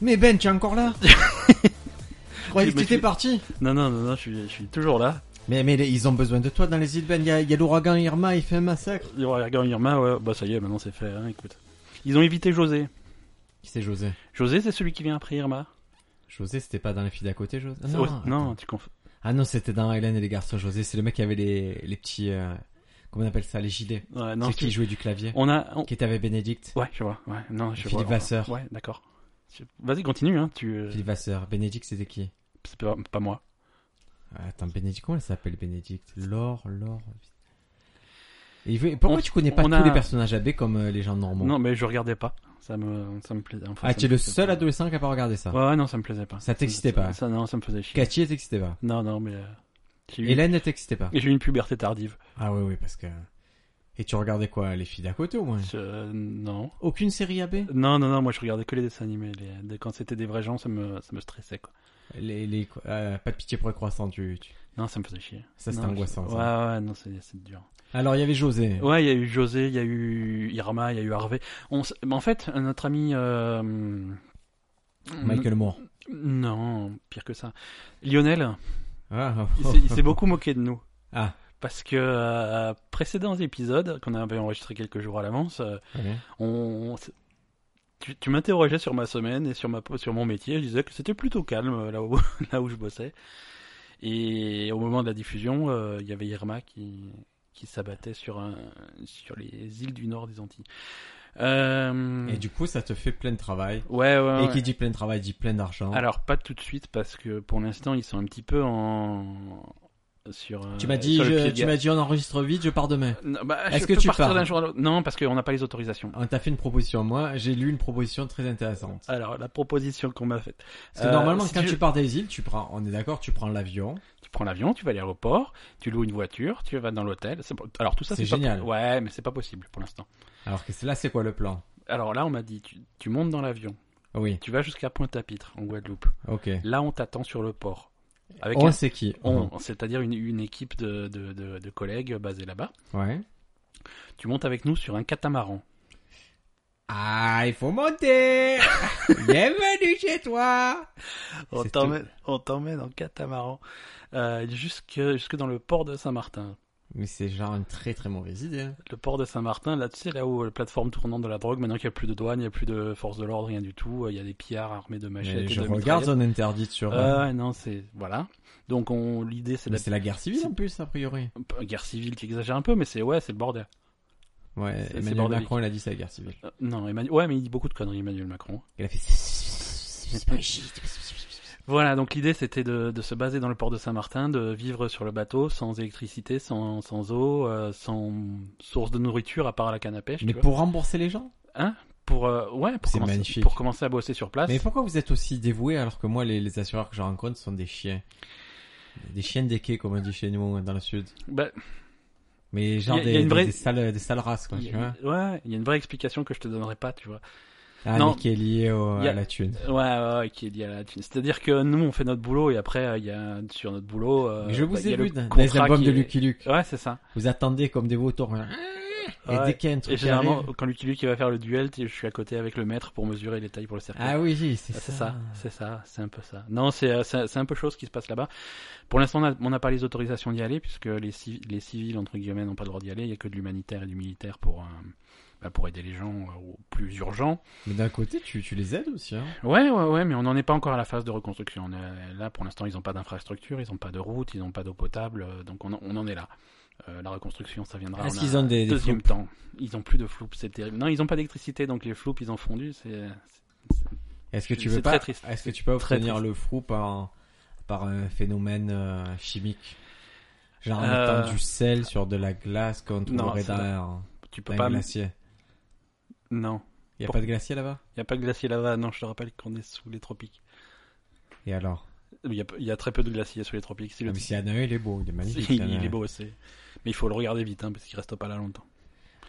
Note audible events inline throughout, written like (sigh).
Mais Ben, tu es encore (laughs) là Je croyais que Mais t'étais tu- parti. Non, non, non, non, je suis, je suis toujours là. Mais, mais les- ils ont besoin de toi dans les îles Ben. Il y a, il y a l'ouragan Irma, il fait un massacre. Il y aura Regan Irma, ouais, bah ça y est, maintenant c'est fait, hein, écoute. Ils ont évité José. Qui c'est José José, c'est celui qui vient après Irma. José, c'était pas dans les filles d'à côté, José Ah Oh, attends. non tu confonds. Ah non, c'était dans Hélène et les garçons. José, c'est le mec qui avait les, les petits. euh, comment on appelle ça Les gilets. Ouais, C'est non, qui c'est- jouait du clavier. On a. on- Qui était avec Bénédicte. Ouais, je vois, ouais, non, je Philippe vois. Vasseur. Ouais, d'accord. Je- Vas-y, continue, hein, tu. euh, Philippe Vasseur. Bénédicte, c'était qui Ah, C'est pas, pas moi. Attends, Bénédicte, comment elle s'appelle Bénédicte Laure, Laure. Et il veut- pourquoi On- tu connais pas on tous a- les personnages AB comme euh, les gens normaux Non, mais je regardais pas. Ça me, ça me plaisait. enfin, Ah, ça tu es me le plaisait seul pas. adolescent qui a pas regardé ça. Ouais, ouais, non, ça me plaisait pas. Ça t'excitait me- pas. ça- Non, ça me faisait chier. Cathy, elle t'excitait pas. Non, non, mais. euh, J'ai eu, Hélène, elle t'excitait pas. j'ai eu une puberté tardive. Ah oui, oui, parce que. Et tu regardais quoi Les filles d'à côté au moins Je- euh, Non. Aucune série AB Non, non, non, moi je regardais que les dessins animés. les- dès- Quand c'était des vrais gens, ça me, ça me stressait, quoi. les, les, euh, Pas de pitié pour les croissants, tu. tu- Non, ça me faisait chier. Ça, c'est Non, angoissant. je- ça. Ouais, ouais, non, c'est c'est dur. Alors, il y avait José. Ouais, il y a eu José, il y a eu Irma, il y a eu Harvey. On s- mais en fait, notre ami. euh, Mm-hmm. Michael Moore. Non, pire que ça. Lionel, Ah, il s'est- (laughs) il s'est beaucoup moqué de nous. Ah, Parce que euh, précédents épisodes, qu'on avait enregistré quelques jours à l'avance, euh, ouais. on, on s- tu, tu m'interrogeais sur ma semaine et sur, ma, sur mon métier. Je disais que c'était plutôt calme euh, là où, (laughs) là où je bossais. Et au moment de la diffusion, euh, il y avait Irma qui, qui s'abattait sur, un, sur les îles du nord des Antilles. Euh, Et du coup, ça te fait plein de travail. ouais, ouais, Et ouais. qui dit hein. plein de travail dit plein d'argent. Alors, pas tout de suite, parce que pour l'instant, ils sont un petit peu en. Sur, euh, Tu m'as dit, sur le je- pied de tu guerre. m'as dit, on enregistre vite, je pars demain. Non, bah, Est-ce je que peux tu partir pars Ah. d'un jour à l'autre Non, parce qu'on n'a pas les autorisations. On t'a fait une proposition. Moi, j'ai lu une proposition très intéressante. Alors, la proposition qu'on m'a faite. Parce que Euh, normalement, si quand tu- tu pars des îles, tu prends, on est d'accord, tu prends l'avion. Tu prends l'avion, tu vas à l'aéroport, tu loues une voiture, tu vas dans l'hôtel. C'est- Alors, tout ça, C'est c'est pas- génial. Ouais, mais c'est pas possible pour l'instant. Alors que c'est- là, c'est quoi le plan Alors là, on m'a dit, tu, tu montes dans l'avion, Oui, tu vas jusqu'à Pointe-à-Pitre, en Guadeloupe. ok. Là, on t'attend sur le port. Avec On Mhm. un- c'est qui on, c'est-à-dire une, une équipe de, de- de- de collègues basés là-bas. Ouais. Tu montes avec nous sur un catamaran. Ah, il faut (laughs) monter Bienvenue chez toi On C'est t'emmène, on t'emmène en catamaran euh, jusque, jusque dans le port de Saint-Martin. Mais c'est genre une très très mauvaise idée. hein. Le port de Saint-Martin, là, tu sais, là où euh, la plateforme tournante de la drogue, maintenant qu'il n'y a plus de douane, il n'y a plus de force de l'ordre, rien du tout, euh, il y a des pillards armés de machettes. Mais et je de regarde mitraillettes. zone interdite sur... Euh, ouais, non, c'est. Voilà. Donc, on, l'idée, c'est Mais la c'est la guerre civile en plus, a priori. p- guerre civile qui exagère un peu, mais c'est. Ouais, c'est le bordel. Ouais, c'est Emmanuel bordélique. Macron, il a dit c'est la guerre civile. Euh, non, Emmanuel. Ouais, mais il dit beaucoup de conneries, Emmanuel Macron. Il (laughs) a fait... C'est pas ici. Voilà, donc l'idée, c'était de, de se baser dans le port de Saint-Martin, de vivre sur le bateau, sans électricité, sans, sans eau, euh, sans source de nourriture, à part la canne à pêche. Mais tu vois. pour rembourser les gens Pour, euh, ouais, pour C'est commencer, magnifique. pour commencer à bosser sur place. Mais pourquoi vous êtes aussi dévoué alors que moi, les, les assureurs que je rencontre sont des chiens Des chiens des quais, comme on dit chez nous dans le sud. Bah, Mais genre Il y a- des, il y a une des- vraie- des sales, des sales races, quoi, Il y tu a- vois. Ouais, il y a une vraie explication que je te donnerai pas, tu vois. Ah, Non. mais qui est lié au- Il y a- à la thune. Ouais, ouais, ouais, qui est lié à la thune. C'est-à-dire que nous, on fait notre boulot et après, euh, il y a sur notre boulot. euh, Mais je bah, vous il y ai a le vu dans dans les contrat albums qui de est- Lucky Luke. Ouais, c'est ça. Vous attendez comme des vautours. hein. Et Ouais. dès qu'il y a un truc Et qui généralement, arrive- quand Lucky Luke il va faire le duel, t'es- je suis à côté avec le maître pour mesurer les tailles pour le cercle. Ah oui, oui, c'est Ah, c'est ça. ça, c'est ça, c'est un peu ça. Non, c'est euh, c'est c'est un peu chaud ce qui se passe là-bas. Pour l'instant, on a- on n'a pas les autorisations d'y aller puisque les, civi- les civils entre guillemets n'ont pas le droit d'y aller. Il y a que de l'humanitaire et du militaire pour euh, bah, pour aider les gens euh, aux plus urgents. Mais d'un côté, tu, tu les aides aussi. Hein. Ouais, ouais, ouais, mais on n'en est pas encore à la phase de reconstruction. On est- là, pour l'instant, ils n'ont pas d'infrastructure, ils n'ont pas de route, ils n'ont pas d'eau potable, euh, donc on, en- on en est là. Euh, la reconstruction, ça viendra Est-ce en qu'ils un ont des- des deuxième floupes temps. Ils ont plus de floupes, c'est terrible. Non, ils n'ont pas d'électricité, donc les floupes, ils ont fondu. C'est Est-ce que tu C'est veux très pas triste. Est-ce que tu peux Très obtenir le frou par par un phénomène euh, chimique Genre en Euh, mettant du sel sur de la glace qu'on trouverait c'est dans, pas- un- tu peux dans pas. un glacier. Non, Il y a Pour- pas de glacier là-bas il n'y a pas de glacier là-bas. Non, je te rappelle qu'on est sous les tropiques. Et alors Il y, a peu- il y a très peu de glaciers sous les tropiques. Si Ah, le- (laughs) Mais s'il y en a un, il est beau, il est magnifique. s'il il, y en a il un. est beau, c'est. Mais il faut le regarder vite, hein, parce qu'il reste pas là longtemps.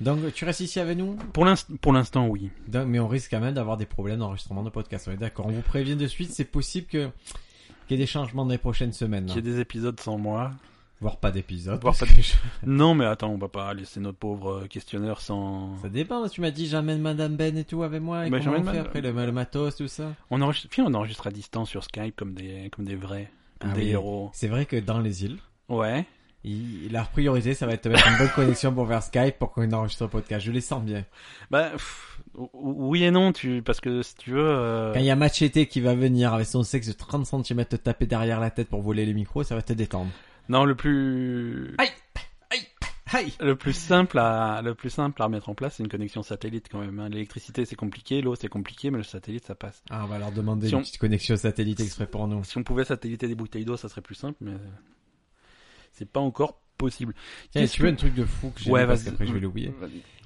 Donc tu restes ici avec nous, Pour l'inst- pour l'instant, oui. Donc, mais on risque quand même d'avoir des problèmes d'enregistrement de podcast. On est d'accord. On vous prévient de suite. C'est possible que qu'il y ait des changements dans les prochaines semaines. Qu'il y ait des épisodes sans moi. Voire pas d'épisode. Voire parce (laughs) pas que je- Non, mais attends, on va pas laisser notre pauvre euh, questionneur sans. Ça dépend, tu m'as dit j'amène Madame Ben et tout avec moi. Et Bah, comment on j'emmène fait Madame- après le, le matos, tout ça On enregistre... Viens, on enregistre à distance sur Skype comme des, comme des vrais, comme Ah des oui. héros. C'est vrai que dans les îles, Ouais. ils- leur priorité, ça va être de mettre une bonne connexion pour faire Skype pour qu'on enregistre le podcast. Je les sens bien. Bah, pff, ou- ou- oui et non, tu... parce que si tu veux. euh, Quand il y a Machete qui va venir avec son sexe de 30 cm te taper derrière la tête pour voler les micros, ça va te détendre. Non, le plus. Aïe Aïe Le plus simple à le plus simple à remettre en place, c'est une connexion satellite quand même. hein. L'électricité c'est compliqué, l'eau c'est compliqué, mais le satellite ça passe. Ah, on va leur demander Si on- une petite connexion satellite exprès pour nous. Si on pouvait satelliter des bouteilles d'eau, ça serait plus simple, mais c'est pas encore possible. Tiens, Qu'est-ce tu veux que- un truc de fou que j'ai Ouais, lu parce vas-y. qu'après je vais l'oublier.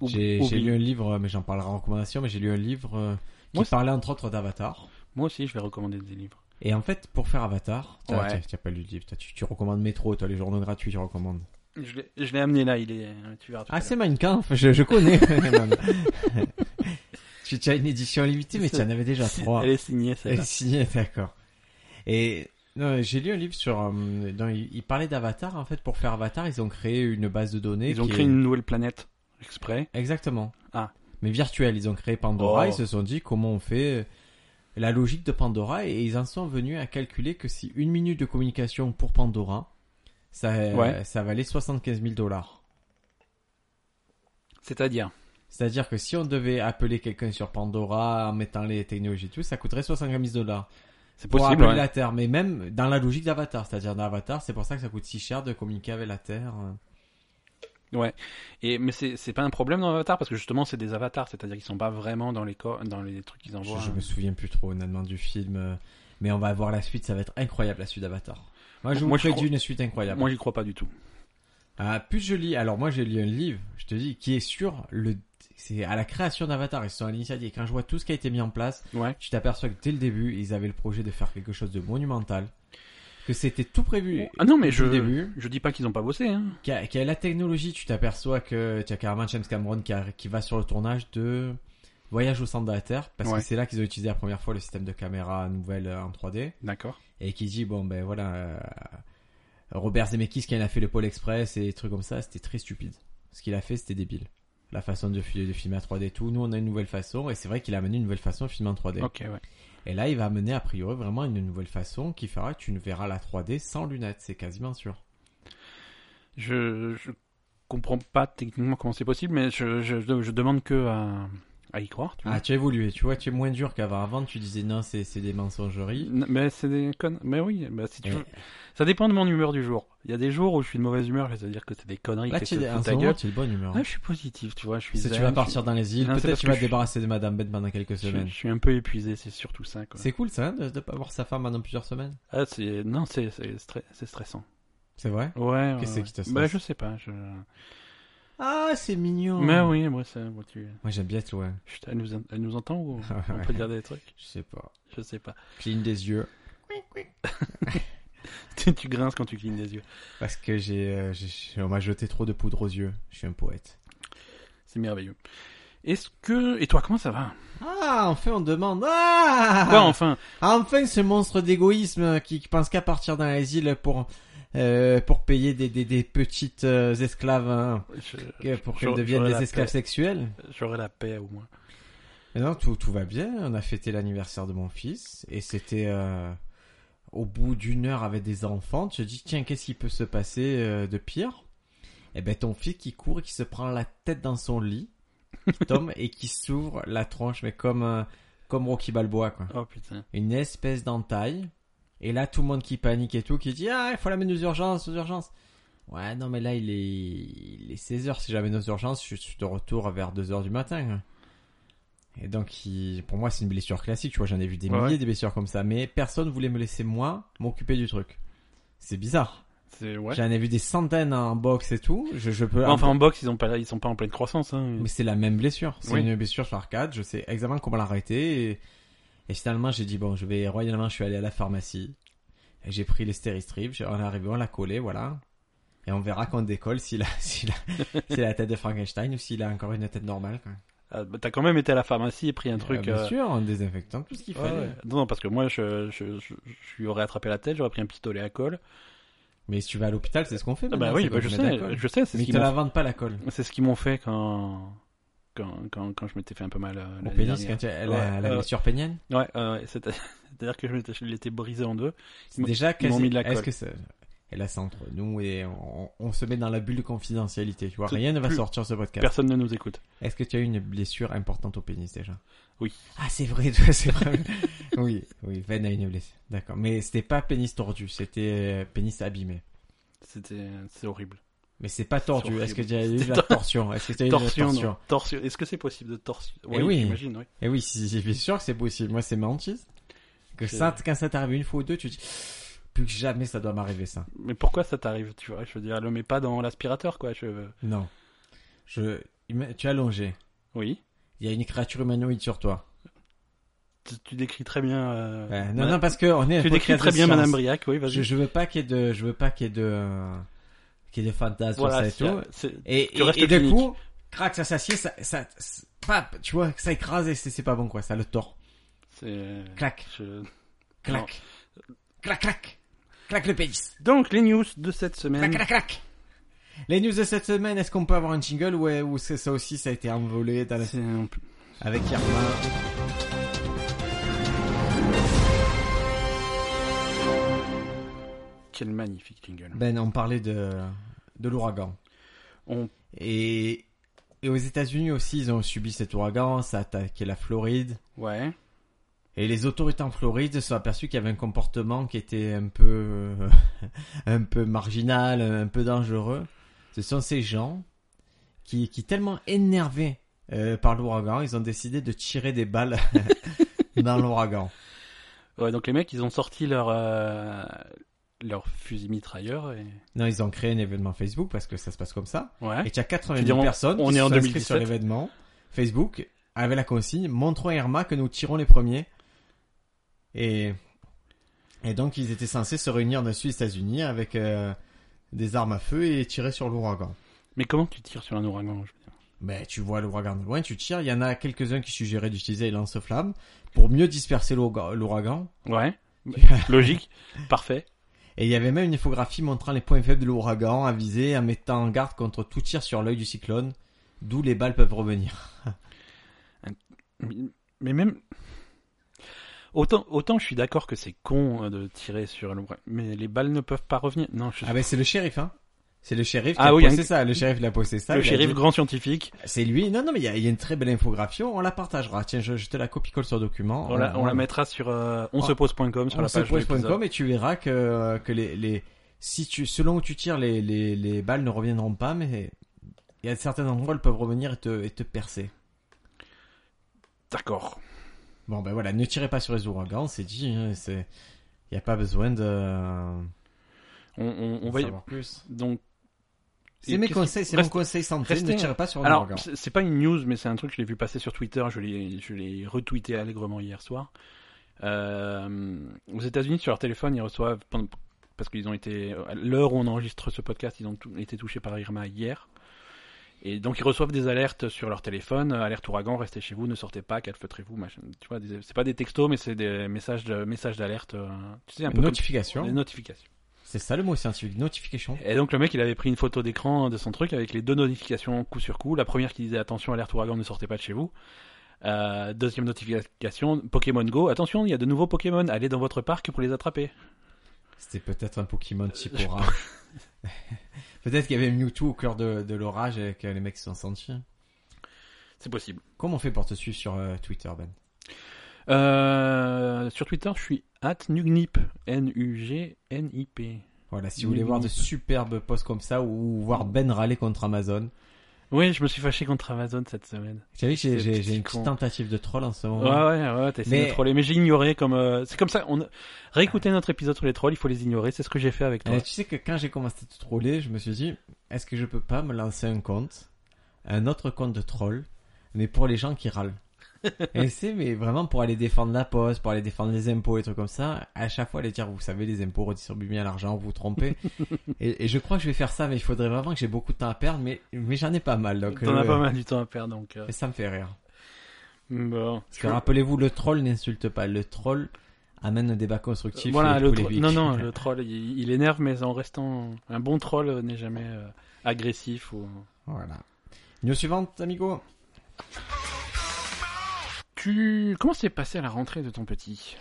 Oublie- J'ai j'ai oublie. lu un livre, euh, mais j'en parlerai en recommandation, mais j'ai lu un livre euh, qui Moi, c'est- parlait entre autres d'Avatar. Moi aussi, je vais recommander des livres. Et en fait, pour faire Avatar, t'as Ouais. t'as- t'as pas lu le livre, t'as- tu, tu recommandes Métro, toi les journaux gratuits, tu recommandes. Je l'ai- je l'ai amené là, il est. Tu verras. tout à Ah, l'heure. c'est Mein Kampf, je, je (laughs) connais. (laughs) tu tu as une édition limitée, mais tu en avais déjà trois. Elle est signée, celle Elle est signée, d'accord. Et non, j'ai lu un livre sur. euh, non, il, il parlait d'Avatar. En fait, pour faire Avatar, ils ont créé une base de données. Ils ont qui créé est- une nouvelle planète exprès. Exactement. Ah. Mais virtuelle. Ils ont créé Pandora. Oh. Ils se sont dit comment on fait euh, la logique de Pandora et ils en sont venus à calculer que si une minute de communication pour Pandora, ça, euh, Ouais. ça valait 75 000 dollars. C'est-à-dire. C'est-à-dire que si on devait appeler quelqu'un sur Pandora en mettant les technologies et tout, ça coûterait 75 000 dollars. C'est pour possible. appeler ouais. la Terre, mais même dans la logique d'Avatar, c'est-à-dire d'Avatar, c'est pour ça que ça coûte si cher de communiquer avec la Terre. euh. Et mais c'est c'est pas un problème dans Avatar parce que justement c'est des avatars, c'est-à-dire qu'ils sont pas vraiment dans les corps, dans les trucs qu'ils Je, envoient. je me souviens plus trop honnêtement du film, euh, mais on va voir la suite, ça va être incroyable la suite d'Avatar. Moi je vous Moi, je prédis crois- une suite incroyable. Moi j'y crois pas du tout. Ah, plus je lis, alors moi j'ai lu un livre, je te dis, qui est sur le... C'est à la création d'Avatar, ils sont à l'initiative. Et quand je vois tout ce qui a été mis en place, Ouais. tu t'aperçois que dès le début, ils avaient le projet de faire quelque chose de monumental, que c'était tout prévu. Ah non mais depuis je le début. je dis pas qu'ils ont pas bossé. Hein. Qui a, qui a la technologie, tu t'aperçois que tu as carrément James Cameron qui, a- qui va sur le tournage de Voyage au centre de la Terre, parce Ouais. que c'est là qu'ils ont utilisé la première fois le système de caméra nouvelle euh, en 3D, D'accord. et qui dit, bon ben voilà, euh, Robert Zemeckis quand il a fait le Pôle Express et des trucs comme ça, c'était très stupide. Ce qu'il a fait, c'était débile. La façon de, fi- de filmer à 3D et tout, nous on a une nouvelle façon, et c'est vrai qu'il a amené une nouvelle façon de filmer en 3D. Ok ouais. Et là, il va amener a priori vraiment une nouvelle façon qui fera que tu ne verras la 3D sans lunettes, c'est quasiment sûr. Je je comprends pas techniquement comment c'est possible, mais je je je demande que à à y croire. Tu vois. Ah, tu as évolué, tu vois, tu es moins dur qu'avant. Avant, tu disais non, c'est c'est des mensongeries. N- Mais c'est des connes. Mais oui, bah si tu Et veux. Ça dépend de mon humeur du jour. Il y a des jours où je suis de mauvaise humeur, je vais te dire que c'est des conneries. Là, que tu c'est es, en de ce ta moment, gueule. tu es de bonne humeur. Ah, je suis positif, tu vois, je suis Si tu zen, vas je- partir dans les îles, Non, c'est peut-être parce tu que vas je te suis- débarrasser de Madame Bête pendant quelques je, semaines. je suis un peu épuisé, c'est surtout ça quoi. C'est cool ça, hein, de ne pas voir sa femme pendant plusieurs semaines. Ah, c'est non, c'est c'est stre- c'est stressant. C'est vrai Ouais. ouais, Qu'est-ce ouais. qui te stresse Bah je sais pas. Je... Ah, c'est mignon. Mais oui, moi ça, moi, tu. Moi, j'aime bien être loin. Chut, elle nous, en- elle nous entend ou on peut (laughs) Ouais. dire des trucs Je sais pas. Je sais pas. (laughs) Cligne des yeux. tu, tu grinces quand tu clignes des yeux. Parce que j'ai, euh, j'ai- on m'a jeté trop de poudre aux yeux. Je suis un poète. C'est merveilleux. Est-ce que et toi comment ça va Ah, enfin, on demande. Ah Quoi enfin Enfin ce monstre d'égoïsme euh, qui qui pense qu'à partir dans les îles pour euh, pour payer des, des, des petites euh, esclaves hein, Je- que- pour qu'elles j'aurais- deviennent j'aurais des la esclaves paix. sexuels. J'aurais la paix au moins. Mais non, tout, tout va bien. On a fêté l'anniversaire de mon fils et c'était euh, au bout d'une heure avec des enfants. Tu te dis tiens qu'est-ce qui peut se passer euh, de pire Eh ben ton fils qui court et qui se prend la tête dans son lit, qui tombe et qui s'ouvre la tronche mais comme un- comme Rocky Balboa quoi. Oh putain. une espèce d'entaille. Et là, tout le monde qui panique et tout, qui dit Ah, il faut l'amener aux urgences, aux urgences. Ouais, non, mais là, il est, il est 16h. Si j'amène aux urgences, je suis de retour vers 2h du matin. Et donc, il- pour moi, c'est une blessure classique. Tu vois, j'en ai vu des Ouais, milliers ouais. des blessures comme ça. Mais personne voulait me laisser, moi, m'occuper du truc. C'est bizarre. C'est ouais. J'en ai vu des centaines en boxe et tout. Je, je peux. Enfin en boxe ils ont pas ils sont pas en pleine croissance hein. Mais c'est la même blessure. C'est Oui. une blessure sur arcade. Je sais exactement comment l'arrêter. Et, et finalement, j'ai dit bon, je vais royalement. Je suis allé à la pharmacie. Et j'ai pris l'hystérie-strip. On est arrivé, on l'a collé, voilà. Et on verra quand on décolle s'il a, (laughs) s'il (laughs) a, s'il a la tête de Frankenstein ou s'il a encore une tête normale. Quoi. Ah, bah, T'as quand même été à la pharmacie et pris un Euh, truc. bien euh, sûr, en désinfectant tout ce qu'il Ouais, fallait. ouais. Non, non, parce que moi, je, je, je, je lui aurais attrapé la tête, j'aurais pris un pistolet à colle. Mais si tu vas à l'hôpital, c'est ce qu'on fait. Ah bah maintenant, oui, c'est bah qu'on je met de la sais, colle. je sais, c'est ce Mais ils qu'ils te m'ont la vendent pas la colle. C'est ce qu'ils m'ont fait quand, quand, quand, quand je m'étais fait un peu mal. euh, Au l'année pénis, dernière. quand tu as Ouais, la, la euh, blessure pénienne. Ouais, euh, ouais, c'est- c'est-à-dire que je m'étais- je l'étais brisé en deux. C'est m'ont- déjà ils m'ont quasi... mis de la Est-ce colle. que c'est... Et là, c'est entre nous et on, on se met dans la bulle de confidentialité. Tu vois, Tout- rien ne va plus- sortir ce podcast. Personne ne nous écoute. Est-ce que tu as eu une blessure importante au pénis déjà Oui. Ah, c'est vrai, toi, c'est vrai. (laughs) oui, oui, Ven a une blessure. D'accord. Mais c'était pas pénis tordu, c'était euh, pénis abîmé. C'était, c'est horrible. Mais c'est pas tordu. horrible. Est-ce que tu as eu de C'était la tor- torsion Est-ce que tu as eu de la Torsion, euh, torsion non. Torsion. Est-ce que c'est possible de torsion Eh oui. j'imagine, oui. Eh oui, si, si, bien sûr que c'est possible. Moi, c'est ma hantise. Que C'est- ça, quand ça t'arrive une fois ou deux, tu dis plus que jamais ça doit m'arriver ça. Mais pourquoi ça t'arrive, tu vois Je veux dire, le mets pas dans l'aspirateur, quoi. Je... Non. Je, ima- tu es allongé. Oui. Il y a une créature humanoïde sur toi. Tu, tu décris très bien. Euh, euh, non, Madame- non, parce que on est. un Tu décris podcast très de bien science. Madame Briac, oui, Je, vas-y. je veux pas qu'il y ait de, je veux pas qu'il y ait de, euh, qu'il y ait de fantasmes Voilà, sur ça et tout. c'est- c'est- Et, Tu et, restes et du clinique. coup, crac, ça s'assied, ça, ça, ça- pap, tu vois, ça écrase et c'est c'est pas bon quoi, ça le tord. c'est- Clac, je- clac, clac, clac, clac le pénis. Donc, les news de cette semaine. Clac, clac, clac. Les news de cette semaine, est-ce qu'on peut avoir un jingle ou, ou c'est ça aussi, ça a été envolé dans la- C'est un- avec Irma Quel magnifique jingle. Ben, on parlait de, de l'ouragan. On... Et, et aux États-Unis aussi, ils ont subi cet ouragan, ça a attaqué la Floride. Ouais. Et les autorités en Floride se sont aperçues qu'il y avait un comportement qui était un peu, euh, (laughs) un peu marginal, un peu dangereux. Ce sont ces gens qui, qui tellement énervés euh, par l'ouragan, ils ont décidé de tirer des balles (laughs) dans l'ouragan. Ouais, donc les mecs, ils ont sorti leur, euh, leur fusil mitrailleur et... Non, ils ont créé un événement Facebook parce que ça se passe comme ça. Ouais. Et tu as 90 Ah, Tu dis, on- personnes on qui est se en sont inscrites 2017. sur l'événement Facebook avec la consigne montrons à Irma que nous tirons les premiers. Et et donc ils étaient censés se réunir dans le sud des États-Unis avec euh, des armes à feu et tirer sur l'ouragan. Mais comment tu tires sur un ouragan je veux dire Mais tu vois l'ouragan de loin, tu tires. Il y en a quelques-uns qui suggéraient d'utiliser les lance-flammes pour mieux disperser l'aura- l'ouragan. (laughs) Ouais. Logique. Parfait. Et il y avait même une infographie montrant les points faibles de l'ouragan à viser en mettant en garde contre tout tir sur l'œil du cyclone, d'où les balles peuvent revenir. Mais mais même... Autant, autant je suis d'accord que c'est con euh, de tirer sur l'ouragan, mais les balles ne peuvent pas revenir. Non, je Ah ben c'est le shérif hein. C'est le shérif qui Ah a oui, posté un- ça. Le shérif l'a posté ça. Le il a shérif dit- grand scientifique, C'est lui. Non non mais il y, a- il y a une très belle infographie. On la partagera. Tiens je, je te la copie colle sur document. on la, on la mettra sur euh, onsepose.com, sur on la se page de pose point l'épisode. com et tu verras que que les les si tu selon où tu tires les les les balles ne reviendront pas mais il y a certains endroits elles peuvent revenir et te et te percer. D'accord. Bon ben voilà ne tirez pas sur les ouragans c'est dit hein, c'est il y a pas besoin de On, on, on d'en va y... savoir plus. Donc, C'est Et mes qu'est-ce qui- conseils c'est mon reste- conseil santé restez- ne tirez pas sur un Alors, ouragan. c'est c'est pas une news, mais c'est un truc que je l'ai vu passer sur Twitter. Je l'ai, je l'ai retweeté allègrement hier soir. Euh, aux États-Unis, sur leur téléphone, ils reçoivent pendant- parce qu'ils ont été à l'heure où on enregistre ce podcast, ils ont tout- été touchés par Irma hier. Et donc ils reçoivent des alertes sur leur téléphone, euh, alerte ouragan, restez chez vous, ne sortez pas, calfeutrez-vous, machin. Tu vois, des- c'est pas des textos, mais c'est des messages de, messages d'alerte. euh, Tu sais un peu comme- Notification. des notifications. C'est ça le mot scientifique, notification. Et donc le mec, il avait pris une photo d'écran de son truc avec les deux notifications coup sur coup. La première qui disait attention, alerte ouragan, ne sortez pas de chez vous. Euh, deuxième notification, Pokémon Go, attention, il y a de nouveaux Pokémon, allez dans votre parc pour les attraper. C'était peut-être un Pokémon type je- orage. (laughs) peut-être qu'il y avait Mewtwo au cœur de, de l'orage et que les mecs se sont sentis. C'est possible. Comment on fait pour te suivre sur euh, Twitter, Ben Euh, sur Twitter, je suis at nugnip, N-U-G-N-I-P. Voilà, si vous voulez voir de superbes posts comme ça ou voir Ben râler contre Amazon. Oui, je me suis fâché contre Amazon cette semaine. Tu as vu que j'ai- C'est j'ai petit j'ai une con. petite tentative de troll en ce Ouais, moment. ouais, ouais, t'as essayé Mais- de troller, mais j'ai ignoré comme... euh, C'est comme ça, on... réécouter notre épisode sur les trolls, il faut les ignorer, c'est ce que j'ai fait avec toi. Euh, tu sais que quand j'ai commencé à te troller, je me suis dit, est-ce que je peux pas me lancer un compte, un autre compte de troll, mais pour les gens qui (laughs) râlent Et c'est mais vraiment pour aller défendre la poste, pour aller défendre les impôts et trucs comme ça, à chaque fois aller dire, vous savez, les impôts redistribuent bien l'argent, vous vous (laughs) trompez. et, et je crois que je vais faire ça, mais il faudrait vraiment que j'ai beaucoup de temps à perdre, mais, mais j'en ai pas mal. Donc, T'en euh, as pas mal du temps à perdre, donc... euh, Et ça me fait rire. Bon. Parce que rappelez-vous, le troll n'insulte pas, le troll amène un débat constructif. Voilà, et le polémique. tro- non, (laughs) non, le troll, il, il énerve, mais en restant. Un bon troll euh, n'est jamais euh, agressif. Ou... Voilà. News suivante, amigo. Tu... Comment s'est passé à la rentrée de ton petit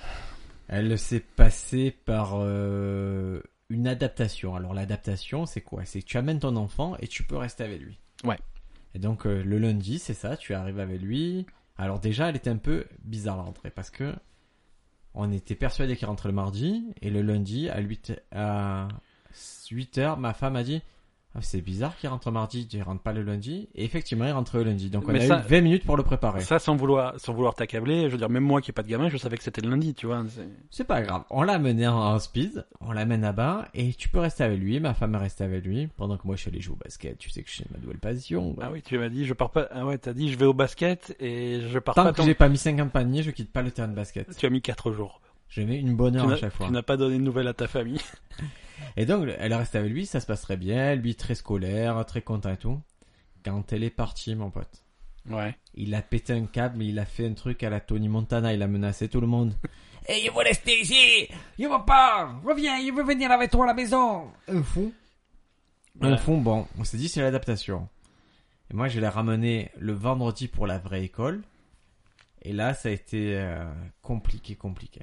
Elle s'est passée par euh, une adaptation. Alors l'adaptation, c'est quoi C'est que tu amènes ton enfant et tu peux rester avec lui. Ouais. Et donc euh, le lundi, c'est ça, tu arrives avec lui. Alors déjà, elle était un peu bizarre la rentrée parce que on était persuadé qu'il rentrait le mardi et le lundi à 8 à 8 heures, ma femme a dit Ah, c'est bizarre qu'il rentre mardi, il rentre pas le lundi. Et effectivement, il rentre le lundi. Donc on Mais a ça- eu 20 minutes pour le préparer. Ça, sans vouloir, sans vouloir t'accabler, je veux dire, même moi qui n'ai pas de gamin, je savais que c'était le lundi, tu vois. c'est- C'est pas grave. On l'a amené en- en speed, on l'amène là-bas, et tu peux rester avec lui. Ma femme est restée avec lui pendant que moi je suis allé jouer au basket. Tu sais que c'est ma nouvelle passion. Ah oui, tu m'as dit, je pars pas. Ah ouais, t'as dit, je vais au basket et je pars Tant pas. que j'ai pas mis 50 paniers, je quitte pas le terrain de basket. Tu as mis 4 jours. Je mets une bonne Tu heure à n'as- chaque fois. tu n'as pas donné de nouvelles à ta famille. Et donc, elle reste avec lui, ça se passe très bien. Lui, très scolaire, très content et tout. Quand elle est partie, mon pote, (laughs) Ouais. il a pété un câble, il a fait un truc à la Tony Montana, il a menacé tout le monde. Et il veut rester ici Il veut pas Reviens, il veut venir avec toi à la maison Un fou. Voilà. Un fond, bon, on s'est dit c'est l'adaptation. Et moi, je l'ai ramené le vendredi pour la vraie école. Et là, ça a été euh, compliqué, compliqué.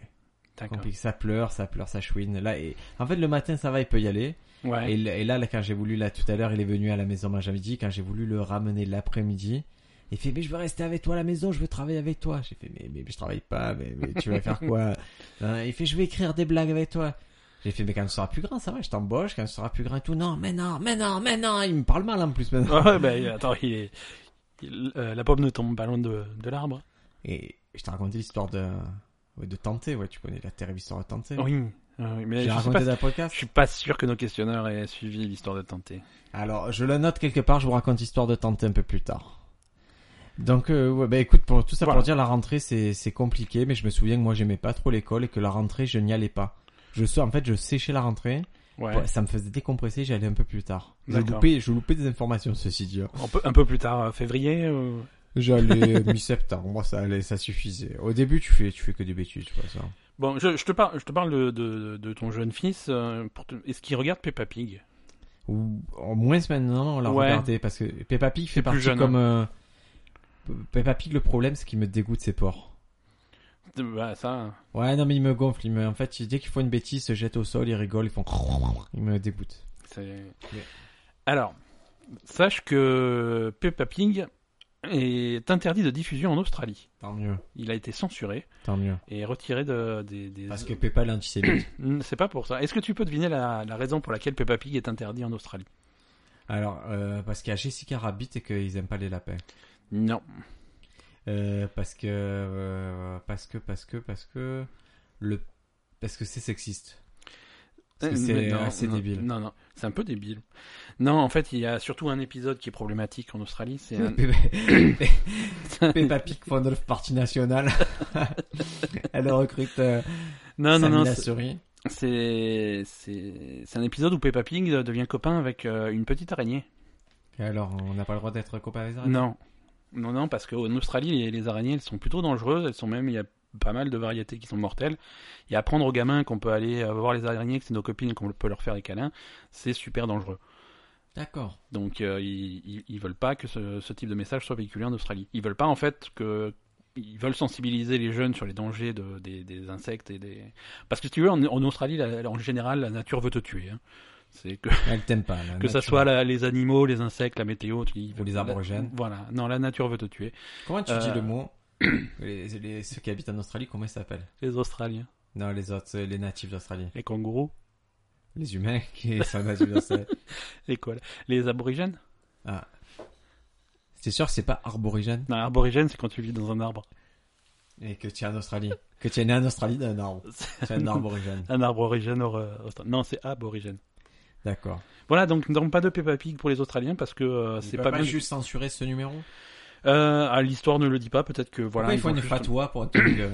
D'accord. compliqué. Ça pleure, ça pleure, ça chouine. Là, et... En fait, le matin, ça va, il peut y aller. Ouais. Et, l- et là, là, quand j'ai voulu, là, tout à l'heure, il est venu à la maison moi, à midi. Quand j'ai voulu le ramener l'après-midi, il fait, mais je veux rester avec toi à la maison, je veux travailler avec toi. J'ai fait, mais, mais, mais je travaille pas, mais, mais tu vas faire (laughs) quoi Hein, Il fait, je vais écrire des blagues avec toi. J'ai fait, mais quand tu seras plus grand, ça va, je t'embauche, quand tu seras plus grand et tout. Non, mais non, mais non, mais non, il me parle mal en plus maintenant. Ah (laughs) ouais, bah, attends, il est. il- euh, la pomme ne tombe pas loin de, de l'arbre. Et je t'ai raconté l'histoire de, ouais, de Tanté, ouais, tu connais la terrible histoire de Tanté. Oui. Ah oui, J'ai mais je suis, pas, raconté dans le je podcast. suis pas sûr que nos questionneurs aient suivi l'histoire de tenter. Alors, je le note quelque part, je vous raconte l'histoire de tenter un peu plus tard. Donc, euh, ouais, bah écoute, pour tout ça Voilà. pour dire, la rentrée c'est c'est compliqué, mais je me souviens que moi j'aimais pas trop l'école et que la rentrée je n'y allais pas. Je sais, en fait, je séchais la rentrée, Ouais. Ouais, ça me faisait décompresser, j'allais un peu plus tard. Je D'accord. loupais, je loupais des informations, ceci dit. hein. Un peu, un peu plus tard, euh, février. euh, J'allais (laughs) mi-septembre, moi ça allait, ça suffisait. Au début, tu fais, tu fais que des bêtises, tu vois ça. Bon, je, je te parle, je te parle de, de, de ton jeune fils. euh, pour te- Est-ce qu'il regarde Peppa Pig Ou au moins maintenant, on l'a Ouais. regardé parce que Peppa Pig fait C'est plus partie jeune, hein. comme euh, Peppa Pig. Le problème, c'est qu'il me dégoûte ses porcs. Euh, Bah ça. Ouais, non, mais il me gonfle. Il me... En fait, dès qu'il faut une bêtise, il se jette au sol, il rigole, ils font. (laughs) Il me dégoûte. C'est... Ouais. Alors, sache que Peppa Pig est interdit de diffusion en Australie. Tant mieux, Il a été censuré tant mieux. et retiré de, des... des- Parce que Peppa est antisémite. (coughs) Mm, C'est pas pour ça. Est-ce que tu peux deviner la, la raison pour laquelle Peppa Pig est interdit en Australie Alors, euh, parce qu'il y a Jessica Rabbit et qu'ils aiment pas les lapins. Non. Euh, parce que. euh, parce que, parce que, parce que. Le... Parce que c'est (coughs) sexiste. Parce que Euh, c'est mais non, assez non, débile. Non, non, c'est un peu débile. Non, en fait, il y a surtout un épisode qui est problématique en Australie. (laughs) C'est un- Peppa (coughs) Peppa Pig fond de partie nationale. (laughs) Elle recrute euh, (laughs) Non, non, Samy non, c'est- Lassuri. c'est c'est c'est un épisode où Peppa Pig devient copain avec euh, une petite araignée. Et alors, on n'a pas le droit d'être copains avec les araignées Non, non, non, parce qu'en Australie, les, les araignées, elles sont plutôt dangereuses. Elles sont même, il y a pas mal de variétés qui sont mortelles. Et apprendre aux gamins qu'on peut aller euh, voir les araignées, que c'est nos copines, et qu'on peut leur faire des câlins, c'est super dangereux. D'accord. Donc euh, ils, ils, ils veulent pas que ce, ce type de message soit véhiculé en Australie. Ils veulent pas en fait que ils veulent sensibiliser les jeunes sur les dangers de, des, des insectes et des parce que si tu veux en, en Australie la- en général la nature veut te tuer. hein. C'est que Elle t'aime pas. la que ça nature. soit la- les animaux, les insectes, la météo, tu dis, Ou les aborigènes. la- Voilà, non la nature veut te tuer. Comment tu dis Euh, le mot (clears throat) les, les- Ceux qui habitent en Australie, comment ils s'appellent Les Australiens, Non, les autres, euh, les natifs d'Australie. les kangourous, Les humains (laughs) qui sont natifs d'Australie. les quoi là Les aborigènes C'est sûr que c'est pas arborigène Non, aborigène c'est quand tu vis dans un arbre. (laughs) et que tu es en Australie. Que tu es né en Australie d'un arbre. Tu es un arborigène. (laughs) Un arbre origène Non, c'est aborigène. D'accord. Voilà, donc, donc pas de Peppa Pig pour les Australiens parce que euh, c'est Ils pas peuvent bien- juste censurer ce numéro Euh, ah, l'histoire ne le dit pas, peut-être que voilà. Pourquoi ils ils font ont une juste- fatwa pour un truc euh,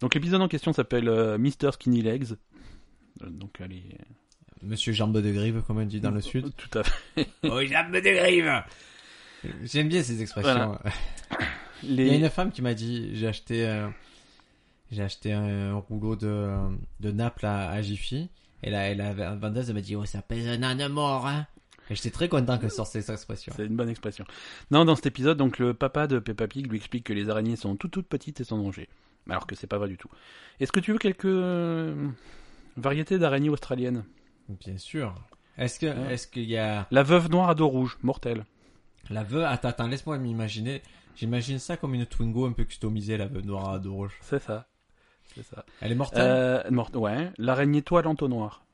Donc l'épisode en question s'appelle euh, Mister Skinny Legs. Euh, Donc allez. Monsieur Jambe de Grive, comme on dit dans le (laughs) sud Tout à fait. Oh, Jambe de Grive J'aime bien ces expressions. Voilà. Il y a Les... une femme qui m'a dit, j'ai acheté, euh, J'ai acheté un, rouleau de, de Naples à, à Jiffy. Et la, et la vendeuse m'a dit, oh, ça pèse un âne mort, hein. Et j'étais très content que sorte cette expression. C'est une bonne expression. Non, dans cet épisode, donc le papa de Peppa Pig lui explique que les araignées sont toutes toutes petites et sans danger. Alors que c'est pas vrai du tout. Est-ce que tu veux quelques euh, variétés d'araignées australiennes Bien sûr. Est-ce que, est-ce qu'il y a La veuve noire à dos rouge, mortelle. la veuve, attends, attends, laisse-moi m'imaginer. J'imagine ça comme une Twingo un peu customisée, la veuve noire à dos rouge. C'est ça. C'est ça. Elle est hein? mortelle. Euh, morte- ouais. L'araignée toile entonnoir.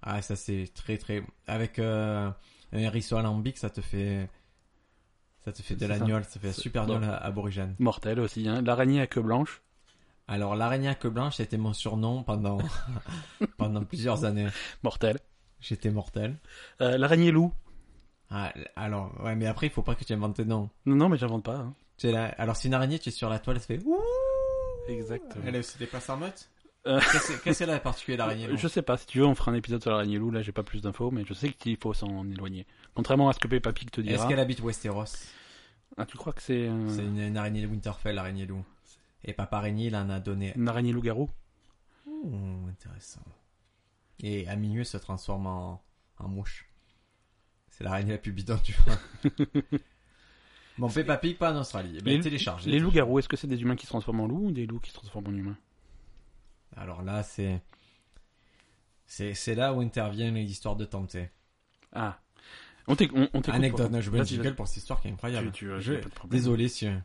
Ah, ça c'est très très. Avec euh, un hérisson alambic, ça te fait. Ça te fait de C'est la ça. gnôle, ça fait C'est- super bon. gnôle à- aborigène. Mortelle aussi. Hein. L'araignée à queue blanche. Alors, l'araignée à queue blanche, c'était mon surnom pendant, (laughs) pendant plusieurs années. Mortelle. J'étais mortel. Euh, l'araignée loup. Ah, alors, ouais, mais après, il faut pas que tu inventes tes noms. Non, non, mais j'invente pas. hein. Tu es là... Alors, si une araignée, tu es sur la toile, elle se fait ouh Exactement. Elle se déplace en meute Euh. Qu'est-ce qu'est-ce qu'elle a de particulier, l'araignée Je sais pas, si tu veux, on fera un épisode sur l'araignée loup. Là, j'ai pas plus d'infos, mais je sais qu'il faut s'en éloigner. Contrairement à ce que Peppa Pig te Est-ce dira. qu'elle habite Westeros Ah, tu crois que c'est euh, C'est une, une araignée de Winterfell, l'araignée loup. Et Papa Rainier, il en a donné une araignée loup-garou Ouh, intéressant. Et à minuit, se transforme en, en mouche. C'est l'araignée la plus bidon, tu vois. (laughs) bon, Peppa Pig, pas en Australie. Eh ben, Les- téléchargez. Les loups-garous, est-ce que c'est des humains qui se transforment en loups ou des loups qui se transforment en humains Alors là, c'est... C'est, c'est là où intervient l'histoire de tenter. Ah. On t'éc- on- on t'écoute. Anecdote, pour- je veux un Vas-y, jingle vas-y. pour cette histoire qui est incroyable. Tu- tu- Je- y a pas de problème. Désolé, si... euh,